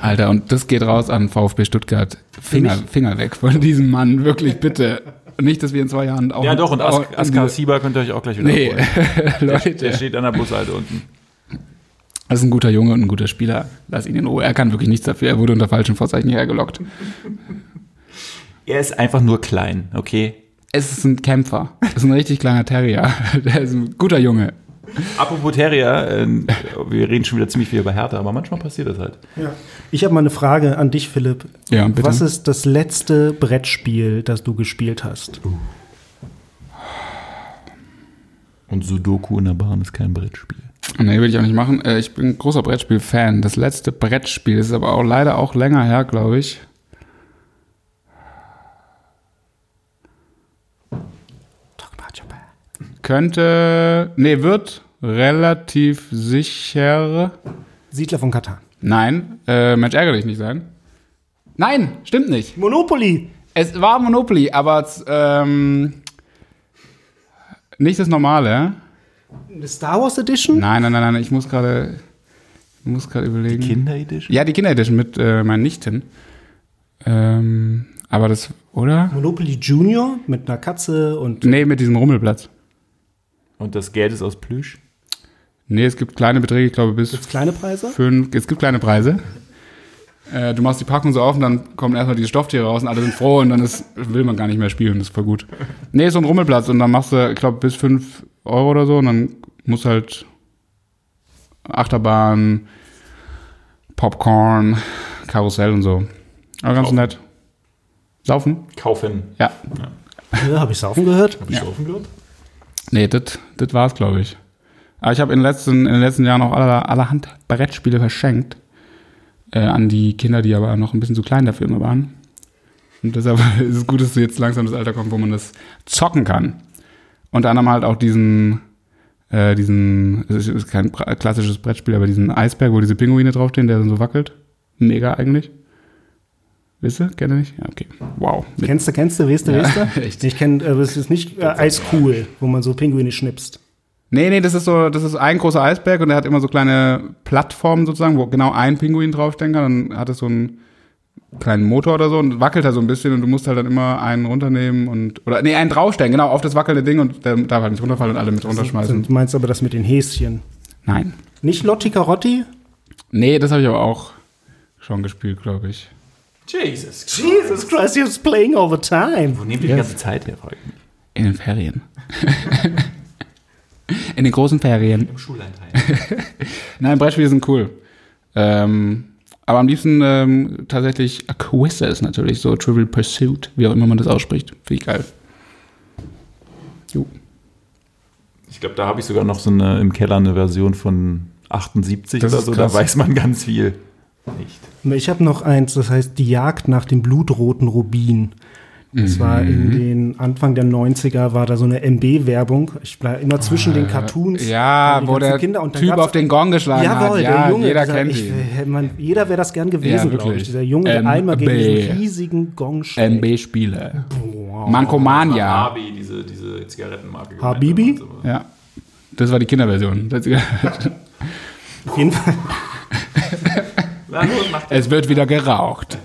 Alter, und das geht raus an VfB Stuttgart. Finger, Finger weg von diesem Mann, wirklich, bitte. Nicht, dass wir in zwei Jahren auch.
Ja, doch, und
auch
Ask-
in
Askar
diese-
Sieber könnt ihr euch auch gleich wieder
Nee,
abholen. Der
Leute.
steht an der Bushalte unten.
Das ist ein guter Junge und ein guter Spieler. Lass ihn in Ruhe. Er kann wirklich nichts dafür. Er wurde unter falschen Vorzeichen hergelockt.
Er ist einfach nur klein, okay?
Es ist ein Kämpfer. Es ist ein richtig kleiner Terrier. Der ist ein guter Junge.
Apropos Terrier, äh, wir reden schon wieder ziemlich viel über Hertha, aber manchmal passiert das halt.
Ich habe mal eine Frage an dich, Philipp.
Ja, bitte.
Was ist das letzte Brettspiel, das du gespielt hast?
Uh.
Und Sudoku in der Bahn ist kein Brettspiel.
Nee, will ich auch nicht machen. Äh, Ich bin ein großer Brettspiel-Fan. Das letzte Brettspiel ist aber auch leider auch länger her, glaube ich. Könnte. Nee, wird relativ sicher.
Siedler von Katan.
Nein, äh, Mensch, ärgere dich nicht sein. Nein, stimmt nicht.
Monopoly!
Es war Monopoly, aber z- ähm, nicht das normale.
Eine Star Wars Edition?
Nein, nein, nein, nein. Ich muss gerade, ich muss gerade überlegen.
Kinderedition?
Ja, die Kinderedition mit äh, meinen Nichten. Ähm, aber das, oder?
Monopoly Junior mit einer Katze und
Nee, mit diesem Rummelplatz.
Und das Geld ist aus Plüsch?
Nee, es gibt kleine Beträge, ich glaube bis
gibt's kleine Preise?
fünf. Es gibt kleine Preise. Äh, du machst die Packung so auf und dann kommen erstmal diese Stofftiere raus und alle sind froh und dann ist, will man gar nicht mehr spielen, das ist voll gut. Nee, ist so ein Rummelplatz und dann machst du, ich glaube, bis fünf Euro oder so und dann muss halt Achterbahn, Popcorn, Karussell und so. Aber ganz
Saufen.
nett. Saufen?
Kaufen.
Ja,
Ja, habe ich saufen gehört?
Hab ich
Ja.
saufen gehört?
Nee, das war's, glaube ich. Aber ich habe in, den letzten- in den letzten Jahren auch aller, allerhand Brettspiele verschenkt. Äh, an die Kinder, die aber noch ein bisschen zu klein dafür immer waren. Und deshalb ist es gut, dass du jetzt langsam das Alter kommt, wo man das zocken kann. Unter anderem halt auch diesen, äh, diesen, es ist- ist kein pra- klassisches Brettspiel, aber diesen Eisberg, wo diese Pinguine draufstehen, der dann so wackelt. Mega eigentlich. Wisst ihr? Kennt ihr nicht? Ja, okay. Wow. Mit
Kennst du, kennst du, weißt du,
Ja,
weißt du?
echt.
Ich kenne, aber es ist nicht äh, Eiskugel, wo man so Pinguine schnipst.
Nee, nee, das ist so, das ist ein großer Eisberg und der hat immer so kleine Plattformen sozusagen, wo genau ein Pinguin draufstehen kann. Dann hat es so einen kleinen Motor oder so und wackelt da so ein bisschen und du musst halt dann immer einen runternehmen und, oder, nee, einen draufstellen, genau, auf das wackelnde Ding und der darf halt nicht runterfallen und alle mit runterschmeißen.
Du meinst aber das mit den Häschen.
Nein.
Nicht Lotti Carotti?
Nee, das habe ich aber auch schon gespielt, glaube ich.
Jesus
Jesus Christ, you're playing all the time.
Wo nehmt ihr die ganze Zeit her, frage ich mich.
In den Ferien. In den großen Ferien.
Im Schuleinteil.
Nein, Brettspiele sind cool. Ähm, aber am liebsten ähm, tatsächlich Quizzes natürlich, so Trivial Pursuit, wie auch immer man das ausspricht. Finde ich geil. Jo.
Ich glaube, da habe ich sogar noch so eine im Keller eine Version von 78
Das
oder
ist
so.
krass.
Da weiß man ganz viel. Nicht.
Ich habe noch eins, das heißt Die Jagd nach dem blutroten Rubin. Das war
Mhm.
in den Anfang der 90er, war da so eine MB-Werbung. Ich war immer zwischen den Cartoons.
Ah, Ja,
waren die
wo
ganzen
der
Kinder und dann
Typ
gab's-
auf den Gong geschlagen
Jawohl,
hat. Ja,
der Junge.
jeder
dieser,
kennt
ich,
ihn.
Man, jeder wäre das gern gewesen,
Ja,
glaube
wirklich.
ich. Dieser Junge, der
MB.
einmal gegen diesen riesigen Gong schlägt.
MB-Spiele.
Boah. Wow.
Mankomania.
Habi, diese, diese Zigarettenmarke.
Habibi?
gemeint, aber-
Ja. Das war die Kinderversion. Das-
Auf jeden Fall.
Na gut, macht
Es wird wieder geraucht.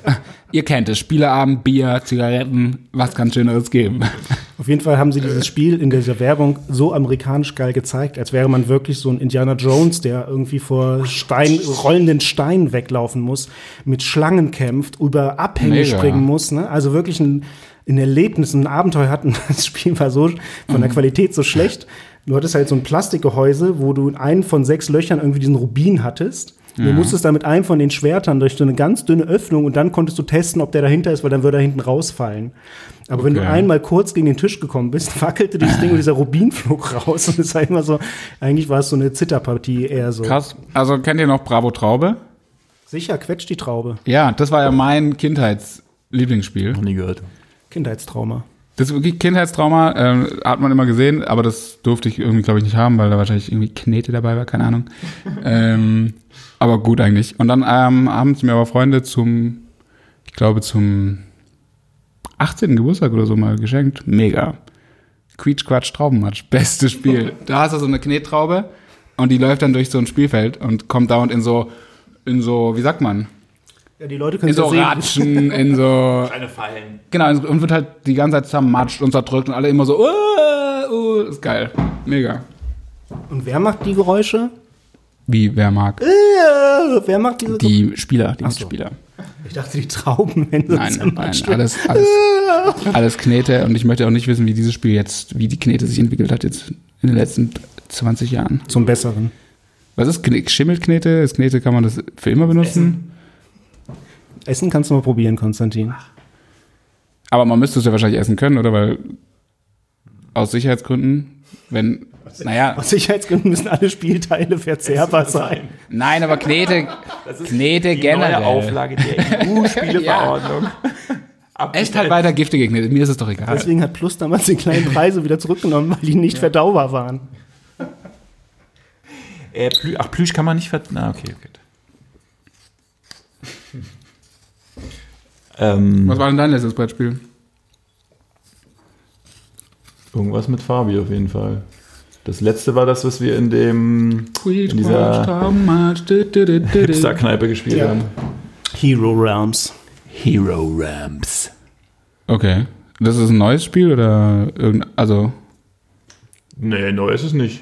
Ihr kennt es. Spieleabend, Bier, Zigaretten. Was kann Schöneres geben?
Auf jeden Fall haben sie dieses Spiel in dieser Werbung so amerikanisch geil gezeigt, als wäre man wirklich so ein Indiana Jones, der irgendwie vor Stein, rollenden Steinen weglaufen muss, mit Schlangen kämpft, über Abhänge
Mega.
springen muss. Ne? Also wirklich ein, ein Erlebnis, ein Abenteuer hatten. Das Spiel war so von
Mhm.
der Qualität so schlecht. Du hattest halt so ein Plastikgehäuse, wo du in einem von sechs Löchern irgendwie diesen Rubin hattest. Und Du musstest da mit einem von den Schwertern durch so eine ganz dünne Öffnung und dann konntest du testen, ob der dahinter ist, weil dann würde er hinten rausfallen. Aber wenn du
Okay.
einmal kurz gegen den Tisch gekommen bist, wackelte dieses Ding und dieser Rubin flog raus und es war immer so, eigentlich war es so eine Zitterpartie eher so.
Krass. Also kennt ihr noch Bravo Traube?
Sicher, quetscht die Traube.
Ja, das war ja mein Kindheitslieblingsspiel.
Noch nie gehört.
Kindheitstrauma.
Das Kindheitstrauma ähm, hat man immer gesehen, aber das durfte ich irgendwie, glaube ich, nicht haben, weil da wahrscheinlich irgendwie Knete dabei war, keine Ahnung. ähm, aber gut eigentlich. Und dann ähm, haben es mir aber Freunde zum, ich glaube, zum 18. Geburtstag oder so mal geschenkt. Mega. Quietsch, Quatsch, Traubenmatsch. Bestes Spiel. da hast du so eine Knettraube und die läuft dann durch so ein Spielfeld und kommt dauernd in so, in so, wie sagt man?
Ja, die Leute können
In
es
so
ja sehen.
Ratschen, in so,
Kleine Fallen.
Genau, und wird halt die ganze Zeit zermatscht und zerdrückt und alle immer so, uh, uh, ist geil. Mega.
Und wer macht die Geräusche?
Wie, wer mag?
Äh, wer macht diese Geräusche?
Die Spieler, die
Ach so.
Mitspieler.
Ich dachte, die Trauben. Wenn sie
Nein,
zusammen
nein,
stehen.
alles, alles,
Äh.
alles Knete und ich möchte auch nicht wissen, wie dieses Spiel jetzt, wie die Knete sich entwickelt hat jetzt in den letzten 20 Jahren.
Zum Besseren.
Was ist Kne schimmelt Knete? Ist Knete, kann man das für immer benutzen?
Essen kannst du mal probieren, Konstantin.
Aber man müsste es ja wahrscheinlich essen können, oder? Weil aus Sicherheitsgründen, wenn, naja,
Aus Sicherheitsgründen müssen alle Spielteile verzehrbar sein.
nein, aber Knete,
Das ist
Knete
die
generell.
neue Auflage der EU-Spieleverordnung. Ab-
Echt halt weiter giftige Knete, mir ist es doch egal.
Deswegen hat Plus damals die kleinen Preise wieder zurückgenommen, weil die nicht verdaubar waren.
Äh, Plü Ach, Plüsch kann man nicht ver... Na, okay, okay. Ähm,
Was war denn dein letztes Brettspiel?
irgendwas mit Fabi auf jeden Fall. Das letzte war das, was wir in dem
Quiet,
In dieser-
Traumatsch.
Hipster-Kneipe gespielt
Ja.
haben.
Hero Realms.
Hero Ramps.
Okay. Das ist ein neues Spiel oder irgendein. Also.
Nee, neu ist es nicht.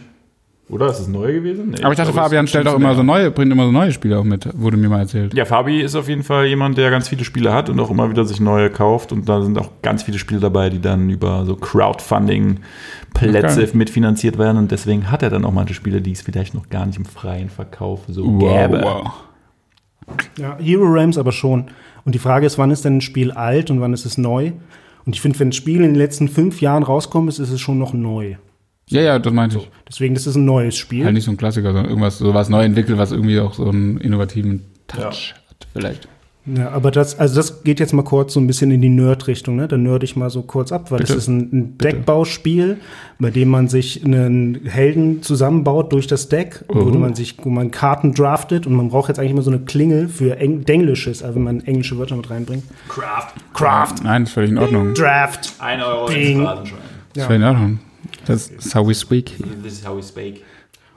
Oder? Ist es neu gewesen? Nee,
Aber ich dachte,
glaube, es
Fabian
ist
stellt auch
schon
immer so
länger.
neue, bringt immer so neue Spiele auch mit, wurde mir mal erzählt.
Ja, Fabi ist auf jeden Fall jemand, der ganz viele Spiele hat und auch immer wieder sich neue kauft. Und da sind auch ganz viele Spiele dabei, die dann über so Crowdfunding-Plätze
Okay.
mitfinanziert werden. Und deswegen hat er dann auch manche Spiele, die es vielleicht noch gar nicht im freien Verkauf so gäbe.
Ja, Hero Realms aber schon. Und die Frage ist, wann ist denn ein Spiel alt und wann ist es neu? Und ich finde, wenn ein Spiel in den letzten fünf Jahren rauskommt, ist, ist es schon noch neu.
Ja, ja, das meinte ich.
Deswegen, das ist ein neues Spiel.
Halt nicht so ein Klassiker, sondern irgendwas, so was neu entwickelt, was irgendwie auch so einen innovativen Touch hat, vielleicht.
Ja, aber das, also das geht jetzt mal kurz so ein bisschen in die Nerd-Richtung, ne? Da nerd ich mal so kurz ab, weil
Bitte.
das ist ein, ein Deckbauspiel, bei dem man sich einen Helden zusammenbaut durch das Deck, wo
Oh.
man sich, wo man Karten draftet und man braucht jetzt eigentlich immer so eine Klingel für Eng Denglisches, also wenn man englische Wörter mit reinbringt.
Craft.
Craft,
Nein, ist völlig in Ordnung.
Draft.
Ein Euro
Ding.
Ist völlig in Ordnung. Das ist how we speak.
This is how we speak.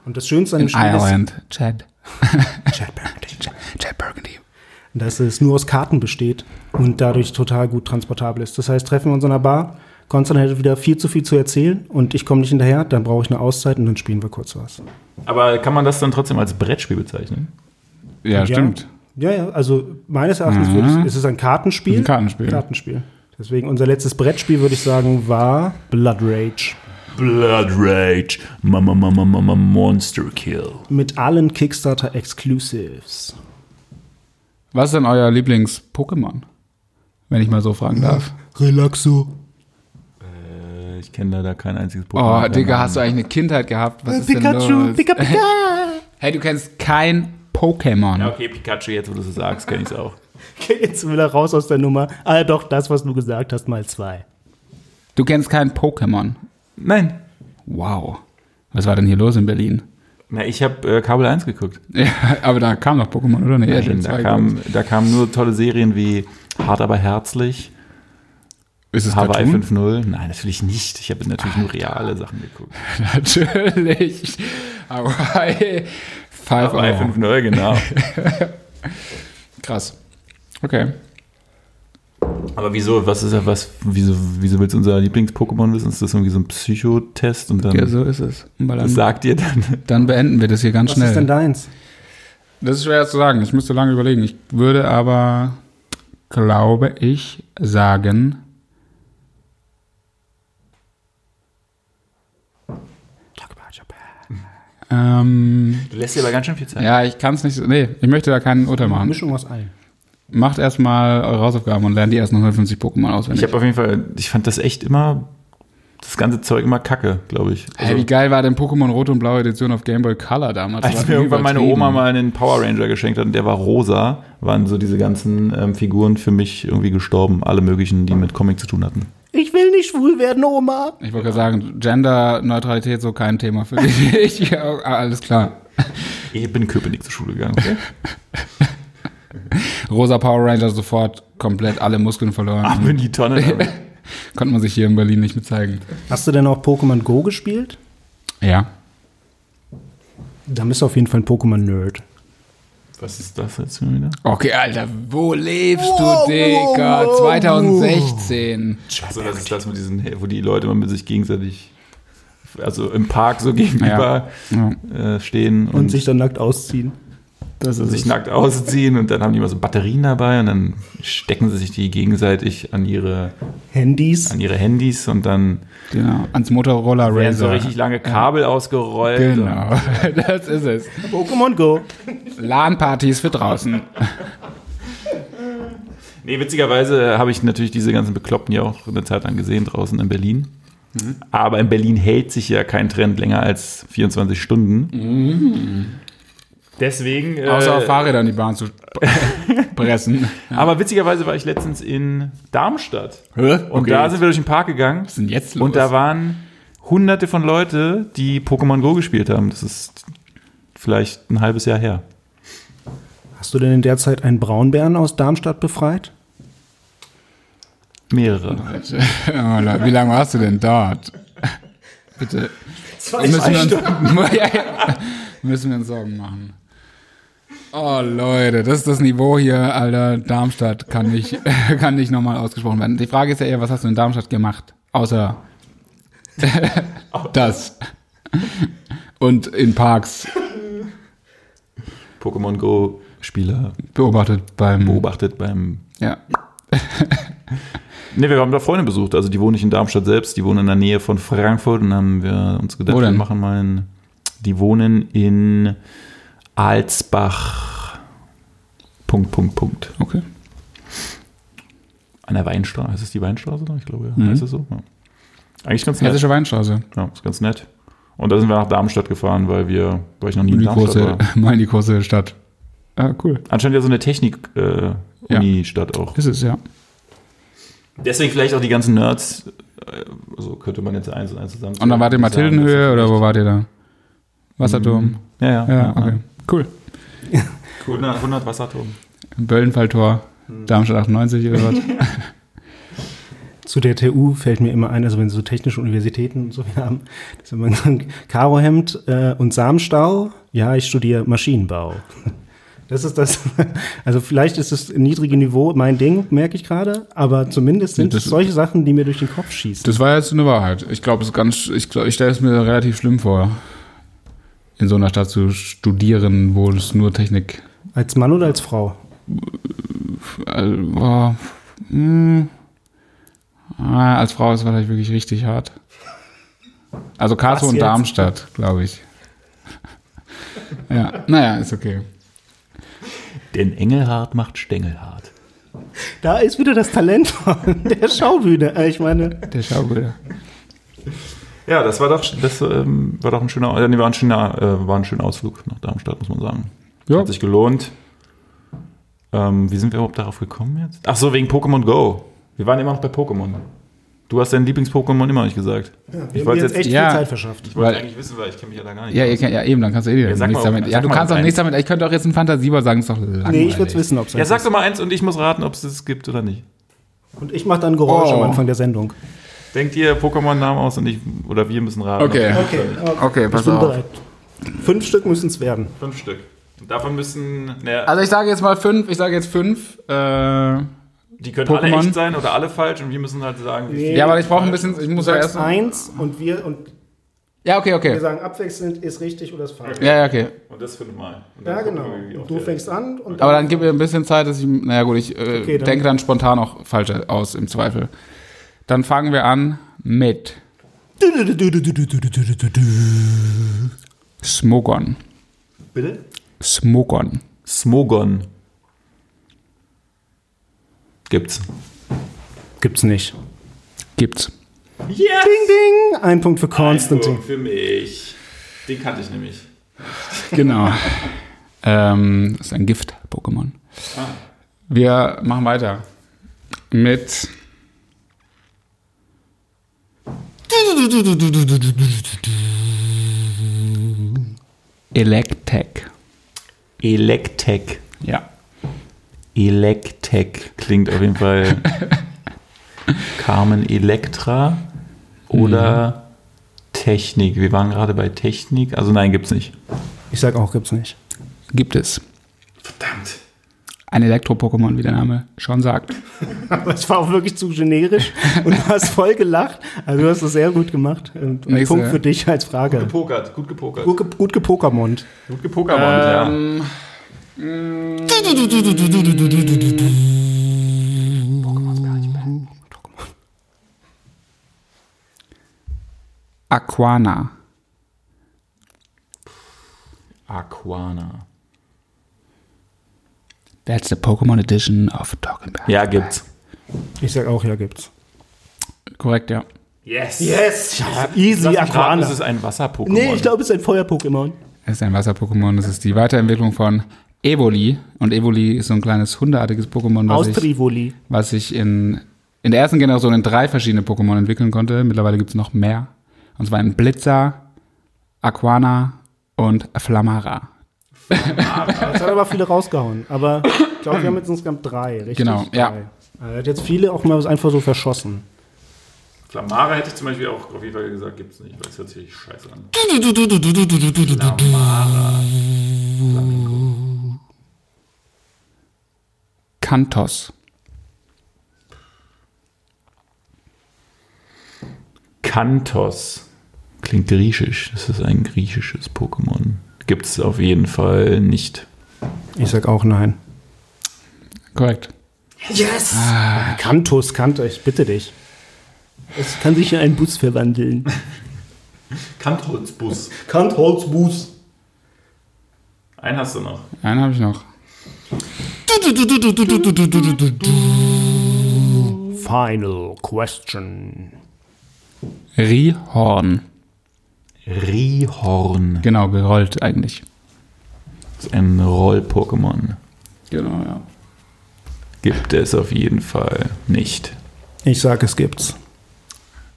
Und das Schönste an dem
In
Spiel ist,
Ireland. Chad. Chad Burgundy. Chad Burgundy.
dass es nur aus Karten besteht und dadurch total gut transportabel ist. Das heißt, treffen wir uns in einer Bar, Konstantin hätte wieder viel zu viel zu erzählen und ich komme nicht hinterher, dann brauche ich eine Auszeit und dann spielen wir kurz was.
Aber kann man das dann trotzdem als Brettspiel bezeichnen?
Ja, stimmt.
Ja, ja, also meines Erachtens
Mhm.
würde ich, es ist ein Kartenspiel.
Ist ein Kartenspiel.
Kartenspiel. Deswegen unser letztes Brettspiel, würde ich sagen, war Blood Rage.
Blood Rage. Mama, Mama, Mama, Monster Kill.
Mit allen Kickstarter Exclusives.
Was ist denn euer Lieblings-Pokémon? Wenn ich mal so fragen darf.
Relaxo.
Äh, ich kenne leider kein einziges
Oh,
mit dem
Digga,
Namen.
hast du eigentlich eine Kindheit gehabt? Was ist denn
Äh, Pikachu,
los?
Pika Pika.
Hey, du kennst kein Pokémon.
Ja, okay, Pikachu, jetzt wo du es sagst, kenne ich es auch.
Okay, jetzt will er raus aus der Nummer. Ah, doch, das, was du gesagt hast, mal zwei.
Du kennst kein Pokémon.
Nein.
Wow. Was war denn hier los in Berlin?
Na, ich habe äh, Kabel 1 geguckt.
Ja, aber da kam noch Pokémon, oder? Nee, Gen
da,
2,
kam, da kamen nur tolle Serien wie Hart aber herzlich
Ist es
Hawaii
Cartoon?
5.0? Nein, natürlich nicht. Ich habe natürlich nur reale Sachen geguckt.
Natürlich. Hawaii 5
Hawaii
Euro.
5.0, genau.
Krass. Okay.
Aber wieso, was ist ja was, wieso, wieso willst du unser Lieblings-Pokémon wissen? Ist das irgendwie so ein Psychotest und dann
Ja, so ist es. Weil
das
Dann,
sagt ihr dann?
dann beenden wir das hier ganz
Was
schnell.
ist denn deins?
Das ist schwer zu sagen. Ich müsste lange überlegen. Ich würde aber, glaube ich, sagen. Ähm,
Du lässt dir aber ganz schön viel Zeit.
ja, ich kann es nicht. so- Nee, ich möchte da keinen Urteil machen.
Mischung aus allem.
Macht erstmal eure Hausaufgaben und lernt die ersten 150 Pokémon
Ich
auswendig.
habe auf jeden Fall, ich fand das echt immer, das ganze Zeug immer kacke, glaube ich.
Hey, wie geil war denn Pokémon Rot und Blau Edition auf Game Boy Color damals?
also Also, Als
Das war
mir irgendwann meine
übertrieben.
Oma mal einen Power Ranger geschenkt hat und der war rosa, waren so diese ganzen ähm, Figuren für mich irgendwie gestorben. Alle möglichen, die mit Comic zu tun hatten.
Ich will nicht schwul werden, Oma.
Ich wollte gerade sagen, Genderneutralität so kein Thema für dich. Ich- ja, alles klar.
Ich bin in Köpenick zur Schule gegangen.
Rosa Power Ranger sofort komplett alle Muskeln verloren.
Ab in die Tonne. damit.
Konnte man sich hier in Berlin nicht mehr zeigen.
Hast du denn auch Pokémon Go gespielt?
Ja.
Dann bist du auf jeden Fall ein Pokémon-Nerd.
Was ist das jetzt schon wieder?
Okay, Alter, wo lebst du,
Wow,
Digga?
wow, wow.
2016.
Also das ist das mit diesen, wo die Leute immer mit sich gegenseitig, also im Park so gegenüber
Ja.
Äh, stehen
Und sich dann nackt ausziehen. Also
Das ist
sich nackt ausziehen und dann haben die immer so Batterien dabei und dann stecken sie sich die gegenseitig an ihre,
Handys.
an ihre Handys und dann
Genau. Ans Motorola
werden so
Razor.
richtig lange Kabel ausgerollt. Und
Genau, das ist es.
Pokémon Go.
LAN-Partys für draußen.
nee, witzigerweise habe ich natürlich diese ganzen Bekloppten ja auch eine Zeit lang gesehen draußen in Berlin.
Mhm.
Aber in Berlin hält sich ja kein Trend länger als 24 Stunden. Deswegen. äh,
Mhm. Außer auf Fahrrädern die Bahn zu pressen.
Aber witzigerweise war ich letztens in Darmstadt.
Hä?
Und da sind wir durch den Park gegangen.
Was ist denn jetzt los?
Und da waren hunderte von Leute, die Pokémon Go gespielt haben. Das ist vielleicht ein halbes Jahr her.
Hast du denn in der Zeit einen Braunbären aus Darmstadt befreit?
Mehrere.
oh, Leute, wie lange warst du denn dort? Bitte. Zwei müssen, wir uns, ja, ja. müssen wir uns Sorgen machen. Oh Leute, das ist das Niveau hier, Alter. Darmstadt kann nicht, kann nicht nochmal ausgesprochen werden. Die Frage ist ja eher, was hast du in Darmstadt gemacht? Außer das. Und in Parks
Pokémon Go Spieler
Mhm. beobachtet beim.
beobachtet beim.
Ja.
Ne, wir haben da Freunde besucht. Also die wohnen nicht in Darmstadt selbst, die wohnen in der Nähe von Frankfurt und haben wir uns gedacht,
Wo
wir
denn?
machen mal einen. Die wohnen in Alsbach. Punkt, Punkt, Punkt.
Okay.
An der Weinstraße. Ist es die Weinstraße da? Ich glaube,
Mhm.
ja. Heißt es so? Ja. Eigentlich ganz nett.
Hessische Weinstraße.
Ja, ist ganz nett. Und da sind wir nach Darmstadt gefahren, weil wir, weil ich noch nie in
Die
Darmstadt
große,
war.
mal in die große Stadt. Ah, cool.
Anscheinend ja so eine Technik-Uni-Stadt auch.
Ist es, ja.
Deswegen vielleicht auch die ganzen Nerds, äh, so könnte man jetzt eins und eins zusammen.
Und dann wart ihr in Mathildenhöhe oder wo wart ihr da? Wasserturm.
Ja, ja.
Mhm. Ja, okay. Cool.
Cool, 100, 100 Wasserturm.
Böllenfalltor, Darmstadt 98 oder was?
Zu der TU fällt mir immer ein, also wenn sie so technische Universitäten und so haben, das ist immer ein Karohemd äh, und Samenstau. Ja, ich studiere Maschinenbau. Das ist das, also vielleicht ist das niedrige Niveau mein Ding, merke ich gerade, aber zumindest sind
Das-
es solche Sachen, die mir durch den Kopf schießen.
Das war jetzt eine Wahrheit. Ich glaube, es ist ganz, ich glaube, ich stelle es mir relativ schlimm vor, in so einer Stadt zu studieren, wo es nur Technik.
Als Mann oder als Frau?
Äh, boah, hm. ah, als Frau ist es vielleicht wirklich richtig hart. Also Karlsruhe
Was
und
jetzt?
Darmstadt, glaube ich. ja, naja, ist okay.
Denn Engelhart macht Stengelhart.
Da ist wieder das Talent von der Schaubühne. Äh, Ich meine,
Der Schaubilder.
Ja, das war doch, das ähm, war doch ein schöner, äh, nee, war ein schöner, äh, war ein schöner Ausflug nach Darmstadt, muss man sagen.
Ja,
Hat sich gelohnt. Ähm, wie sind wir überhaupt darauf gekommen jetzt? Ach so, wegen Pokémon Go. Wir waren immer noch bei Pokémon. Du hast dein Lieblings-Pokémon immer noch nicht gesagt.
wir
ich
haben
wollte
dir
jetzt
echt
ja.
viel Zeit verschafft.
Ich wollte
Weil-
eigentlich wissen, weil ich kenne mich ja da gar nicht.
ja,
aus.
ihr kennt, ja eben, dann kannst du eh
sag
nichts
mal,
damit. Ja,
sag
du
mal
kannst auch
eins.
nichts damit. Ich könnte auch jetzt ein Fantasieber sagen, ist doch langweilig.
Nee, ich würde es wissen, ob es
ja,
eins
sag
ist.
doch mal eins und ich muss raten, ob es das gibt oder nicht.
Und ich mache dann Geräusche
Oh.
am Anfang der Sendung.
Denkt ihr Pokémon-Namen aus und ich oder wir müssen raten?
Okay. Okay,
ich
pass
bin
auf.
bereit. Fünf Stück müssen es werden.
Fünf Stück. Und davon müssen. Ne,
Also ich sage jetzt mal fünf, ich sage jetzt fünf. Äh, ja,
die können alle
Pokémon.
echt sein oder alle falsch und wir müssen halt sagen, wie
Nee.
viel.
aber ich brauche ein bisschen, ich
Du
muss ja
sagst
erst.
eins und wir, und
Ja, okay,
wir
okay.
sagen abwechselnd, ist richtig oder ist falsch.
Ja, ja, okay.
Und das fünfmal. Und
Ja,
dann gucken
genau.
wir, wie oft
Und du
wir-
fängst an und
Aber dann gib mir ein bisschen Zeit, dass ich, naja gut, ich äh,
Okay, dann-
denke dann spontan auch falsch aus, im Zweifel. Dann fangen wir an mit Smogon.
Bitte?
Smogon.
Smogon. Gibt's.
Gibt's nicht.
Gibt's.
Yes!
Ding, ding! Ein Punkt für Konstantin.
Für mich. Den kannte ich nämlich.
Genau. ähm, ist ein Gift-Pokémon. Wir machen weiter mit Electek.
Electek.
Ja.
Electek. Klingt auf jeden Fall Carmen Electra oder Technik. Wir waren gerade bei Technik. Also nein, gibt's nicht.
Ich sag auch, gibt's nicht.
Gibt es.
Verdammt.
Ein Elektro-Pokémon, wie der Name schon sagt.
Aber es war auch wirklich zu generisch und du hast voll gelacht. Also du hast das sehr gut gemacht. Und ein
Nächste.
Punkt für dich als Frage.
Gepokert, gut gepokert.
Gut, ge- gut gepokermont.
Gut gepokert, ja.
Ähm, Mm. Aquana.
Aquana.
That's the Pokémon Edition of Talking Back.
Ja, gibt's.
Ich sag auch, ja, gibt's.
Korrekt, ja.
Yes!
Yes! Easy
Aquana.
Aquana.
Das ist ein Wasser-Pokémon.
Nee, ich glaube, es ist ein Feuer-Pokémon.
Es ist ein Wasser-Pokémon. Das ist die Weiterentwicklung von Evoli. Und Evoli ist so ein kleines hundeartiges Pokémon,
Aus
was ich,
Trivoli.
was ich in, in der ersten Generation in drei verschiedene Pokémon entwickeln konnte. Mittlerweile gibt es noch mehr. Und zwar in Blitzer, Aquana und Flamara.
Das hat aber viele rausgehauen. Aber ich glaube, wir haben jetzt insgesamt drei, richtig?
Genau, ja.
Drei. Also, Er hat jetzt viele auch mal einfach so verschossen.
Flamara hätte ich zum Beispiel auch auf jeden Fall gesagt, gibt's nicht, weil es hört sich scheiße an.
Kantos.
Kantos. Klingt griechisch. Das ist ein griechisches Pokémon. Gibt's auf jeden Fall nicht.
Ich sag auch nein.
Korrekt.
Yes! Ah. Kantus, Kantus, ich bitte dich. Es kann sich in einen Bus verwandeln.
Kantholzbus.
Kantholzbus.
Einen hast du noch.
Einen habe ich noch.
Final question.
Rihorn.
Rihorn.
Genau, gerollt eigentlich.
Das ist ein Roll-Pokémon.
Genau, ja.
Gibt es auf jeden Fall nicht.
Ich sag, es gibt's.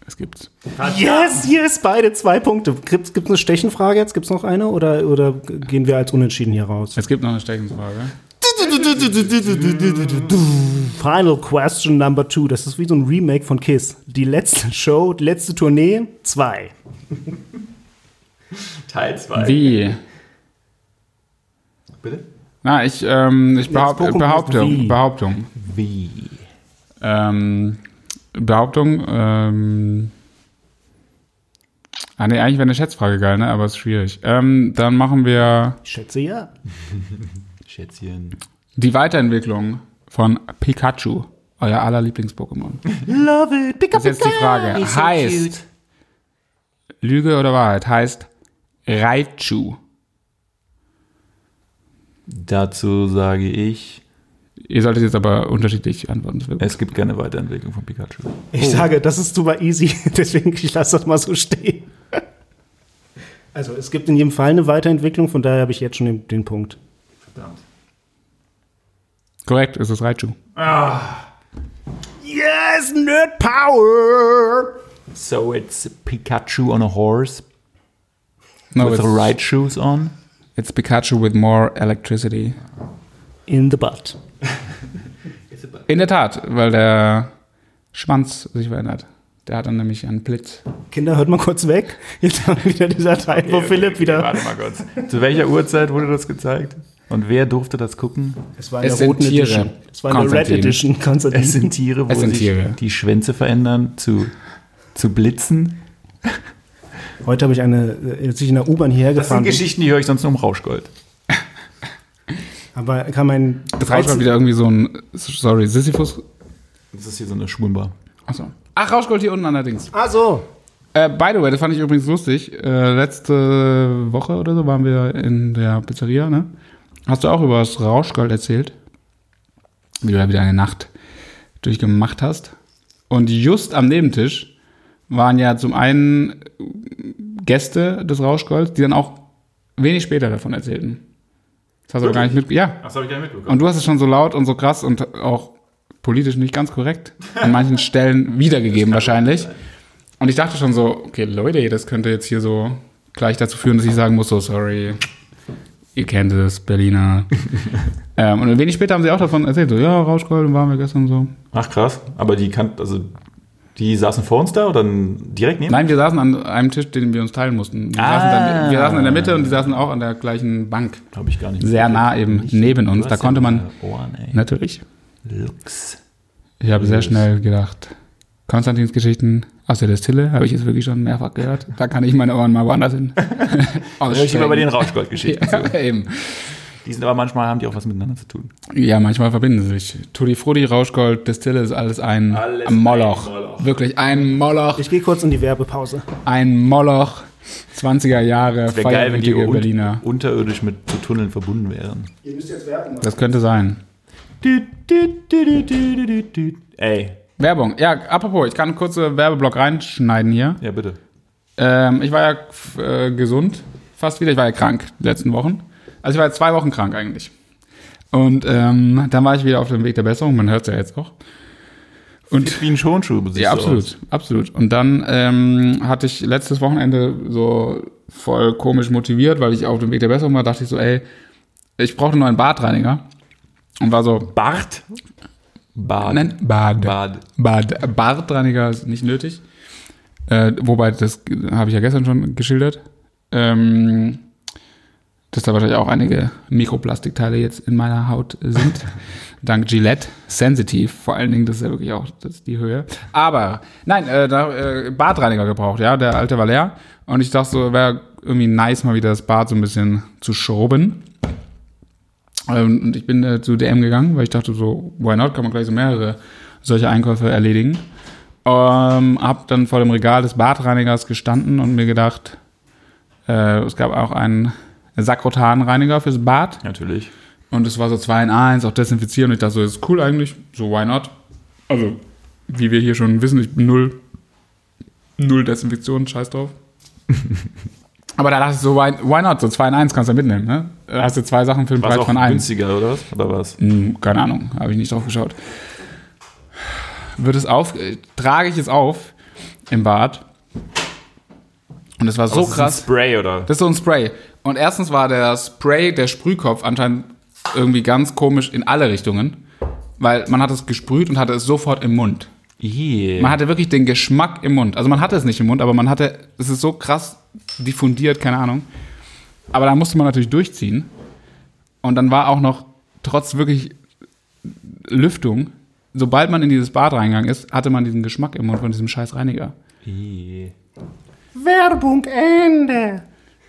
Es gibt's.
Yes, yes, beide zwei Punkte. Gibt's, gibt's eine Stechenfrage jetzt? Gibt's noch eine? Oder, oder gehen wir als unentschieden hier raus?
Es gibt noch eine Stärkungsfrage.
Final question number two. Das ist wie so ein Remake von Kiss. Die letzte Show, die letzte Tournee, zwei.
Teil 2.
Wie?
Bitte?
Na, ich, ähm, ich behaupt,
Pokémon heißt
Behauptung.
wie?
Behauptung.
Wie?
Ähm, Behauptung. Ähm, ah, nee, eigentlich wäre eine Schätzfrage geil, ne? Aber ist schwierig. Ähm, dann machen wir
Ich schätze ja.
Schätzchen.
die Weiterentwicklung von Pikachu, euer aller Lieblings-Pokémon.
Love it. Pick
Das ist jetzt die Frage. heißt. Lüge oder Wahrheit? Heißt Raichu.
Dazu sage ich,
Ihr solltet jetzt aber unterschiedlich antworten. das wäre gut.
es gibt keine Weiterentwicklung von Pikachu.
Ich sage, das ist super easy, deswegen ich lasse das mal so stehen. Also es gibt in jedem Fall eine Weiterentwicklung, von daher habe ich jetzt schon den, den Punkt.
Verdammt.
Korrekt, es ist Raichu.
Yes, Nerd Power!
So it's Pikachu on a horse
No,
with
it's,
the right shoes on.
it's Pikachu with more electricity.
In the butt.
In der Tat, weil der Schwanz sich verändert. Der hat dann nämlich einen Blitz.
Kinder, hört mal kurz weg. Jetzt haben wir wieder dieser Teil, wo Philipp wieder.
Warte mal kurz. Zu welcher Uhrzeit wurde das gezeigt? Und wer durfte das gucken?
Es war
Es sind Tiere.
Edition. Es war eine Red
Konstantin.
Edition, Konstantin.
Es sind Tiere, wo
Es sind
sich
Tiere.
die Schwänze verändern, zu, zu blitzen.
Heute habe ich eine, äh, als ich in der U-Bahn hierher
Das sind
gefahren bin,
Geschichten, die höre ich sonst nur im Rauschgold.
aber kam ein
Das Rausch war
13
wieder irgendwie so ein, sorry, Sisyphus.
Das ist hier so eine Schwimmbar.
Achso. Ach, Rauschgold hier unten allerdings.
Ah, so.
Äh, by the way, das fand ich übrigens lustig. Äh, letzte Woche oder so waren wir in der Pizzeria, ne? Hast du auch über das Rauschgold erzählt? Wie du da wieder eine Nacht durchgemacht hast. Und just am Nebentisch waren ja zum einen Gäste des Rauschgolds, die dann auch wenig später davon erzählten. Das hast du aber gar nicht mitbekommen. Ja,
Das habe ich gar nicht mitbekommen.
und du hast es schon so laut und so krass und auch politisch nicht ganz korrekt an manchen Stellen wiedergegeben wahrscheinlich. Und ich dachte schon so, okay, Leute, das könnte jetzt hier so gleich dazu führen, dass ich sagen muss, so sorry, ihr kennt es, Berliner. ähm, und wenig später haben sie auch davon erzählt, so ja, Rauschgold waren wir gestern so.
Ach krass. Aber die kannten, also die saßen vor uns da oder n- direkt neben?
Nein, wir saßen an einem Tisch, den wir uns teilen mussten. Wir,
Ah.
saßen, dann, wir saßen in der Mitte und die saßen auch an der gleichen Bank.
Habe ich gar nicht.
Sehr
mitgekriegt.
nah eben neben uns.
Du
Da
hast
konnte
ja
man Ne.
Ohren, ey.
natürlich
Lux.
Ich habe sehr
Yes.
schnell gedacht, Konstantins Geschichten aus der Destille habe ich jetzt wirklich schon mehrfach gehört. Da kann ich meine Ohren mal woanders hin.
Hör ich immer bei den Rauschgold-Geschichten. zu.
ja, eben.
Die sind aber manchmal haben die auch was miteinander zu tun.
ja, manchmal verbinden sie sich. Tutti Frutti, Rauschgold, Destille ist alles ein
Alles
Moloch.
ein Moloch.
Wirklich ein Moloch,
Ich gehe kurz in die Werbepause.
ein Moloch. 20er Jahre,
Wäre geil, wenn die
feierwütige
un
Berliner.
unterirdisch mit zu Tunneln verbunden wären.
Ihr müsst jetzt Werbung machen.
Das könnte sein.
Du, du, du, du, du, du, du, du. Ey,
Werbung. Ja, apropos, ich kann einen kurzen Werbeblock reinschneiden hier.
ja bitte.
Ähm, ich war ja f- äh, gesund, fast wieder. Ich war ja krank die letzten Wochen. Also ich war jetzt zwei Wochen krank eigentlich. Und ähm, dann war ich wieder auf dem Weg der Besserung. Man hört es ja jetzt auch. Und
Wie ein Schonschuh. siehst
ja,
du aus.
absolut, absolut. Und dann ähm, hatte ich letztes Wochenende so voll komisch motiviert, weil ich auf dem Weg der Besserung war. Dachte ich so, ey, ich brauche einen neuen Bartreiniger. Und war so,
Bart? Bart.
nein, Bad.
Bart.
Bad, Bartreiniger ist nicht nötig. Äh, wobei, das g- habe ich ja gestern schon geschildert, ähm, dass da wahrscheinlich auch einige Mikroplastikteile jetzt in meiner Haut sind. Dank Gillette Sensitive, vor allen Dingen, das ist ja wirklich auch das ist die Höhe. Aber, nein, äh, da, äh, Bartreiniger gebraucht, ja, der alte war leer. Und ich dachte so, wäre irgendwie nice, mal wieder das Bad so ein bisschen zu schrubben. Ähm, und ich bin äh, zu DM gegangen, weil ich dachte so, why not, kann man gleich so mehrere solche Einkäufe erledigen. Ähm, hab dann vor dem Regal des Badreinigers gestanden und mir gedacht, äh, es gab auch einen Sakrotanreiniger fürs Bad.
Natürlich.
Und es war so 2 in 1, auch desinfizieren. Und ich dachte so, das ist cool eigentlich, so why not? Also, wie wir hier schon wissen, ich bin null, null Desinfektion, scheiß drauf. Aber da dachte ich so, why, why not? So 2 in 1 kannst du ja mitnehmen, ne? Da hast du zwei Sachen für den
War
Preis
auch
von einem.
günstiger, oder was? Oder was?
Hm, Keine Ahnung, habe ich nicht drauf geschaut. Wird es auf, äh, trage ich es auf im Bad. Und es war so
Das ist ein
krass.
Spray, oder?
Das ist so ein Spray. Und erstens war der Spray, der Sprühkopf anscheinend irgendwie ganz komisch in alle Richtungen. Weil man hat es gesprüht und hatte es sofort im Mund.
Yeah.
Man hatte wirklich den Geschmack im Mund. Also man hatte es nicht im Mund, aber man hatte, es ist so krass diffundiert, keine Ahnung. Aber da musste man natürlich durchziehen. Und dann war auch noch, trotz wirklich Lüftung, sobald man in dieses Bad reingegangen ist, hatte man diesen Geschmack im Mund von diesem scheiß Reiniger.
Yeah.
Werbung Ende.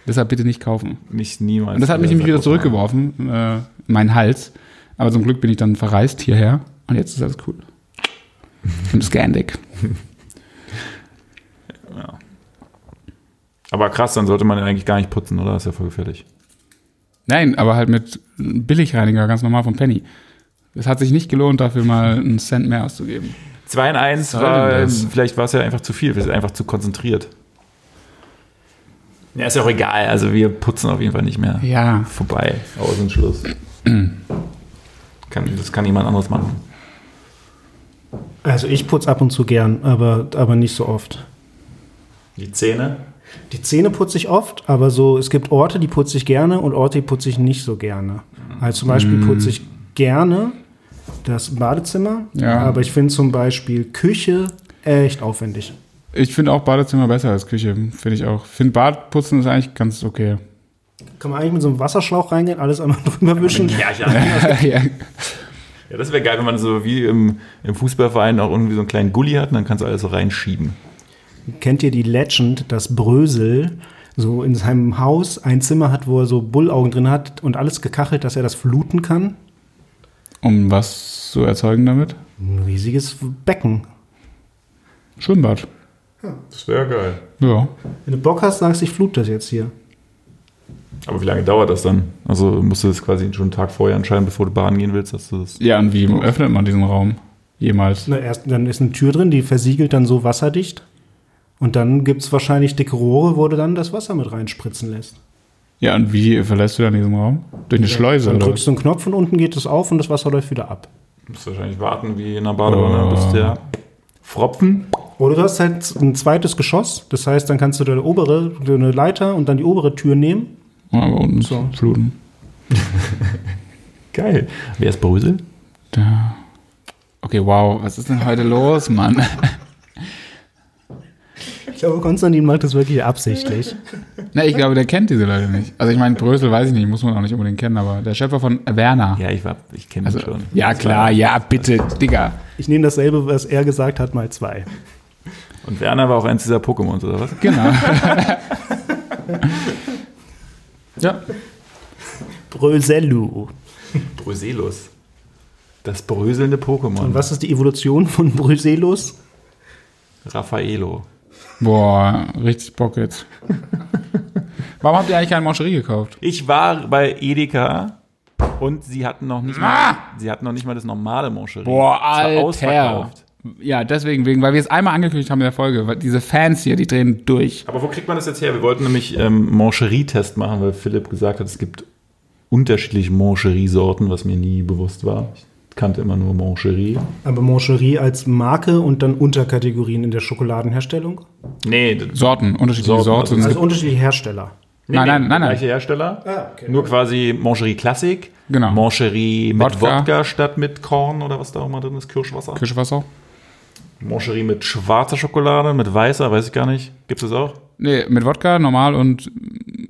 Deshalb bitte nicht kaufen.
Mich niemals.
Und das hat mich nämlich wieder
Sakrotan.
zurückgeworfen, äh, mein Hals. Aber zum Glück bin ich dann verreist hierher. Und jetzt ist alles cool. Und es geendigt.
Aber krass, dann sollte man ja eigentlich gar nicht putzen, oder? Das ist ja voll gefährlich.
Nein, aber halt mit Billigreiniger, ganz normal vom Penny. Es hat sich nicht gelohnt, dafür mal einen Cent mehr auszugeben.
2 in 1
soll denn
war,
das?
vielleicht war es ja einfach zu viel, wir sind einfach zu konzentriert. Ja, ist ja auch egal, also wir putzen auf jeden Fall nicht mehr.
Ja.
Vorbei, aus und Schluss. kann, das kann jemand anderes machen.
Also ich putze ab und zu gern, aber, aber nicht so oft.
Die Zähne?
Die Zähne putze ich oft, aber so, es gibt Orte, die
Mhm.
putze ich gerne und Orte, die putze ich nicht so gerne. Also zum Beispiel putze ich gerne das Badezimmer.
Ja.
Aber ich finde zum Beispiel Küche echt aufwendig.
Ich finde auch Badezimmer besser als Küche, finde ich auch. Finde Badputzen ist eigentlich ganz okay.
Kann man eigentlich mit so einem Wasserschlauch reingehen, alles einmal drüber wischen.
Ja, ich ja,
ja.
das wäre geil, wenn man so wie im, im Fußballverein auch irgendwie so einen kleinen Gully hat und dann kannst du alles so reinschieben.
Kennt ihr die Legend, dass Brösel so in seinem Haus ein Zimmer hat, wo er so Bullaugen drin hat und alles gekachelt, dass er das fluten kann?
Um was zu erzeugen damit?
Ein riesiges Becken.
Schwimmbad.
Das wäre geil.
Ja.
Wenn du Bock hast, sagst du, ich flut das jetzt hier.
Aber wie lange dauert das dann? Also musst du das quasi schon einen Tag vorher entscheiden, bevor du baden gehen willst, dass du das.
Ja, und wie öffnet man diesen Raum? Jemals.
Na, erst, dann ist eine Tür drin, die versiegelt dann so wasserdicht. Und dann gibt es wahrscheinlich dicke Rohre, wo du dann das Wasser mit reinspritzen lässt.
Ja, und wie verlässt du dann diesen Raum? Durch eine Schleuse
Dann
oder?
drückst du einen Knopf und unten geht es auf und das Wasser läuft wieder ab.
Du musst wahrscheinlich warten wie in einer Badewanne,
Oh.
bis der Fropfen.
Oder du hast halt ein zweites Geschoss, das heißt, dann kannst du deine obere, eine Leiter und dann die obere Tür nehmen.
Ja, aber unten ist
So.
fluten.
Geil. Wer ist Brösel?
Da. Okay, wow, was ist denn heute los, Mann?
Ich glaube, Konstantin macht das wirklich absichtlich.
Na, Ne, ich glaube, der kennt diese Leute nicht. Also ich meine, Brösel weiß ich nicht, muss man auch nicht unbedingt kennen, aber der Schöpfer von Werner.
Ja, ich, war- ich kenne
also,
ihn schon.
ja klar, ja, bitte, Digga.
Ich nehme dasselbe, was er gesagt hat, mal zwei.
Und Werner war auch eins dieser Pokémons, oder was?
Genau. ja.
Bröselu.
Bröselus. Das bröselnde Pokémon.
Und was ist die Evolution von Bröselus?
Raffaello.
Boah, richtig Bock jetzt. Warum habt ihr eigentlich keine Mancherie gekauft?
Ich war bei Edeka und sie hatten noch nicht mal, sie hatten noch nicht mal das normale Mancherie.
Boah,
Ah! Es war
Alter.
ausverkauft.
Ja, deswegen, wegen, weil wir es einmal angekündigt haben in der Folge. weil Diese Fans hier, die drehen durch.
Aber wo kriegt man das jetzt her? Wir wollten nämlich ähm, Mancherie-Test machen, weil Philipp gesagt hat, es gibt unterschiedliche Mancherie-Sorten, was mir nie bewusst war. Ich kannte immer nur Mancherie.
Aber Mancherie als Marke und dann Unterkategorien in der Schokoladenherstellung?
Nee, d-
Sorten, unterschiedliche
Sorten,
Sorten.
Also unterschiedliche Hersteller.
nee,
Nein, nein,
nee,
nein, nein.
Gleiche Hersteller.
Ah, okay.
Nur quasi Mancherie Klassik.
Genau.
Mancherie mit
Wodka.
Wodka. statt mit Korn oder was da auch immer drin ist, Kirschwasser.
Kirschwasser?
Mancherie mit schwarzer Schokolade, mit weißer, weiß ich gar nicht. Gibt es das auch?
Nee, mit Wodka, normal und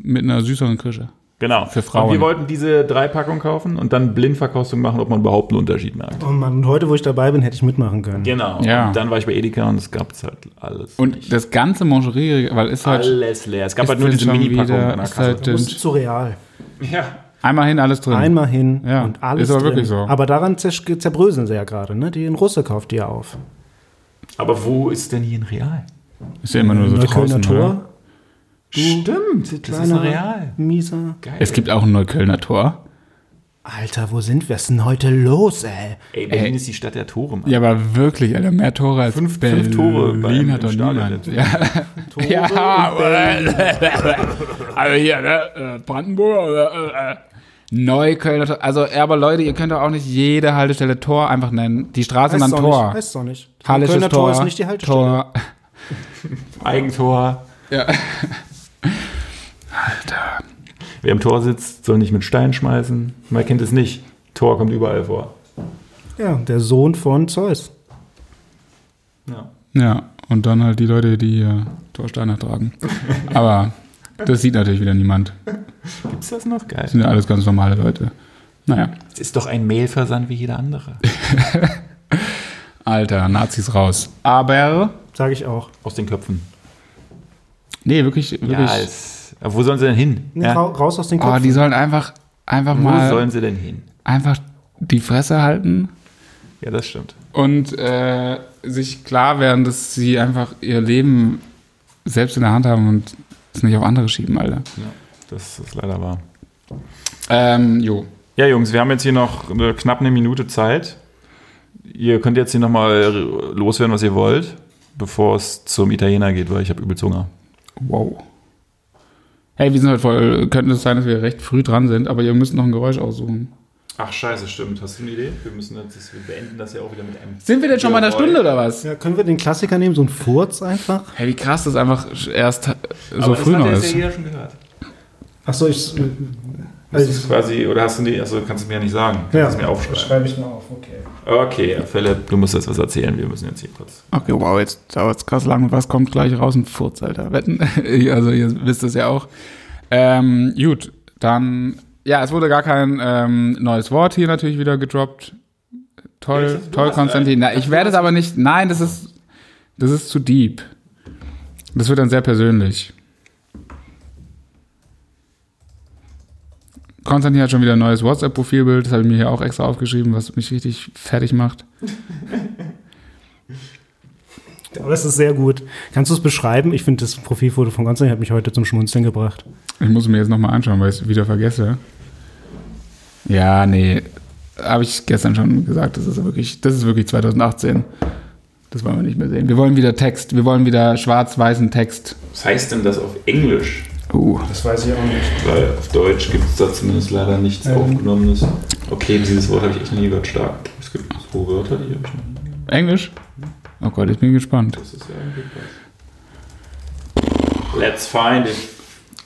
mit einer süßeren Kirsche.
Genau. Für
Frauen.
Und wir wollten diese drei Packungen kaufen und dann Blindverkostung machen, ob man überhaupt einen Unterschied merkt.
Oh Mann, und heute, wo ich dabei bin, hätte ich mitmachen können.
Genau.
Ja.
Und dann war ich bei Edeka und es gab es halt alles.
Und das ganze Mangerie, weil ist halt
alles leer. Es gab
Ist
halt nur diese
schon
Mini-Packung
wieder-
an der
ist
Kasse.
halt,
Das
äh,
ist zu real.
ja.
einmal hin alles drin.
Einmal hin
Ja,
und alles
ist aber
drin.
wirklich so.
Aber daran zer zerbröseln sie ja gerade, ne? Den Russe kauft die ja auf.
Aber wo ist denn hier ein Real?
Ist ja immer nur so draußen, oder?
Stimmt, das ist ein
kleiner
Real.
Mieser.
Geil.
Es gibt auch ein Neuköllner Tor.
Alter, wo sind wir es denn heute los, ey?
Ey, Berlin
Ey.
ist die Stadt der Tore, Mann.
Ja, aber wirklich, Alter, mehr Tore als
Fünf-
Berlin
fünf Tore beim-
hat
im
doch
Stadion
niemand.
jetzt.
Ja, ja aber hier, ne? äh, Brandenburg, äh, äh, Neuköllner Tor. Also, ja, aber Leute, ihr könnt doch auch nicht jede Haltestelle Tor einfach nennen. Die Straße
Heißt
dann
doch
Tor.
nicht. Heißt doch nicht. Das
Hallisches
Kölner
Tor,
Tor ist nicht die Haltestelle.
Tor.
Eigentor.
Ja.
Wer im Tor sitzt, soll nicht mit Stein schmeißen. Man kennt es nicht. Tor kommt überall vor.
Ja, der Sohn von Zeus.
Ja.
Ja, und dann halt die Leute, die hier Torsteine tragen. Aber das sieht natürlich wieder niemand.
Gibt's das noch? Geil.
Sind ja alles ganz normale Leute. Naja,
Es ist doch ein Mailversand wie jeder andere.
Alter, Nazis raus. Aber.
Sage ich auch.
Aus den Köpfen.
Nee, wirklich, wirklich.
Ja, es, aber wo sollen sie denn hin?
Nee,
Ja?
rau- Raus aus den
Oh,
Kopf.
die sollen einfach, einfach
Wo
mal
sollen sie denn hin?
einfach die Fresse halten
Ja, das stimmt.
und äh, sich klar werden, dass sie einfach ihr Leben selbst in der Hand haben und es nicht auf andere schieben, Alter.
Das ist leider wahr.
Ähm, jo.
Ja, Jungs, wir haben jetzt hier noch äh, knapp eine Minute Zeit. Ihr könnt jetzt hier nochmal loswerden, was ihr wollt, bevor es zum Italiener geht, weil ich habe übelst Hunger.
Wow. Hey, wir sind heute voll. Könnte es sein, dass wir recht früh dran sind, aber ihr müsst noch ein Geräusch aussuchen.
Ach, scheiße, stimmt. Hast du eine Idee? Wir müssen das, wir beenden das ja auch wieder mit einem.
Sind wir denn schon bei einer
Jawohl.
Stunde oder was?
Ja, können wir den Klassiker nehmen, so ein Furz einfach?
Hey, wie krass das einfach erst so früh noch ist.
jeder schon gehört.
Achso, Also ich.
Das ist quasi, oder hast du die, also kannst du mir ja nicht sagen. Du kannst es mir aufschreiben.
Schreibe ich mir auf, okay.
Okay, Philipp, du musst jetzt was erzählen. Wir müssen jetzt hier kurz.
Okay, wow, jetzt dauert es krass lang und was kommt gleich raus? Ein Furz, Alter. Wetten? also, ihr wisst es ja auch. Ähm, gut, dann, ja, es wurde gar kein ähm, neues Wort hier natürlich wieder gedroppt.
Ja,
Toll,
das ist- du
toll,
hast
Konstantin.
einen.
Na, ich werde es aber nicht, nein, das ist, das ist zu deep. Das wird dann sehr persönlich. Konstantin hat schon wieder ein neues WhatsApp-Profilbild, das habe ich mir hier auch extra aufgeschrieben, was mich richtig fertig macht.
Aber das ist sehr gut. Kannst du es beschreiben? Ich finde, das Profilfoto von Konstantin hat mich heute zum Schmunzeln gebracht.
Ich muss es mir jetzt nochmal anschauen, weil ich es wieder vergesse. Ja, nee. Habe ich gestern schon gesagt, das ist wirklich, das ist wirklich 2018. Das wollen wir nicht mehr sehen. Wir wollen wieder Text. Wir wollen wieder schwarz-weißen Text.
Was heißt denn das auf Englisch?
Uh.
Das weiß ich auch nicht.
Weil auf Deutsch gibt es da zumindest leider nichts
Ähm.
Aufgenommenes. Okay, dieses Wort habe ich echt noch nie gehört. Stark. Es gibt so Wörter, die habe ich noch nie gehört.
Englisch? Oh Gott, ich bin gespannt.
Das ist ja irgendwie krass. Let's find it.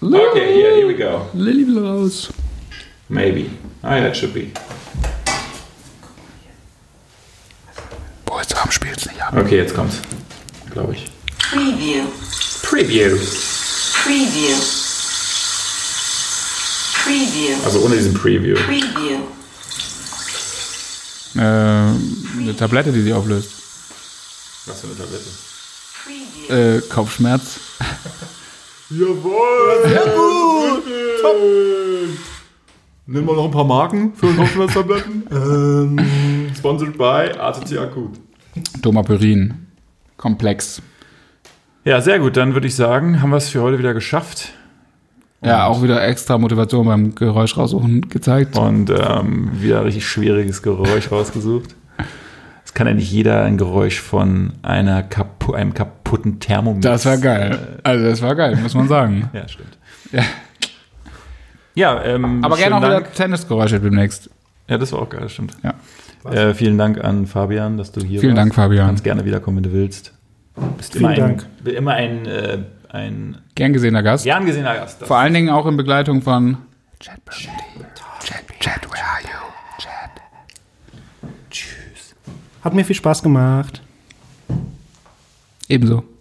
Okay, yeah, here we go.
Lily Blows.
Maybe. Ah ja, it should be.
Boah, jetzt haben spielt's nicht ab.
Okay, jetzt kommt's. Glaube ich.
Preview.
Preview.
Preview. Preview.
Also ohne diesen Preview.
Preview.
Äh, eine Tablette, die sie auflöst.
Was für eine Tablette?
Preview.
Äh, Kopfschmerz.
Äh, Nimm mal noch ein paar Marken für Kopfschmerztabletten. Ähm, Sponsored by ATT Akut.
Domapyrin. Komplex.
Ja, sehr gut. Dann würde ich sagen, haben wir es für heute wieder geschafft.
Ja, auch wieder extra Motivation beim Geräusch raussuchen gezeigt.
Und ähm, wieder ein richtig schwieriges Geräusch rausgesucht. Es kann ja nicht jeder ein Geräusch von einer kapu einem kaputten Thermomix.
Das war geil. Also das war geil, muss man sagen.
Ja, stimmt.
Ja.
Ja, ähm,
Aber gerne auch
schönen Dank.
wieder Tennisgeräusche demnächst.
Ja, das war auch geil, stimmt.
Ja.
Äh, vielen Dank an Fabian, dass du hier
Vielen
warst.
Dank, Fabian.
Kannst gerne wiederkommen, wenn du willst. Bist
Vielen
immer
Dank.
ein, immer ein, äh, ein
Gern gesehener Gast.
gern gesehener Gast. Das-
Vor allen Dingen auch in Begleitung von Chad Burgundy. Chad, Chad, where are you? Chad.
Hat mir viel Spaß gemacht.
Ebenso.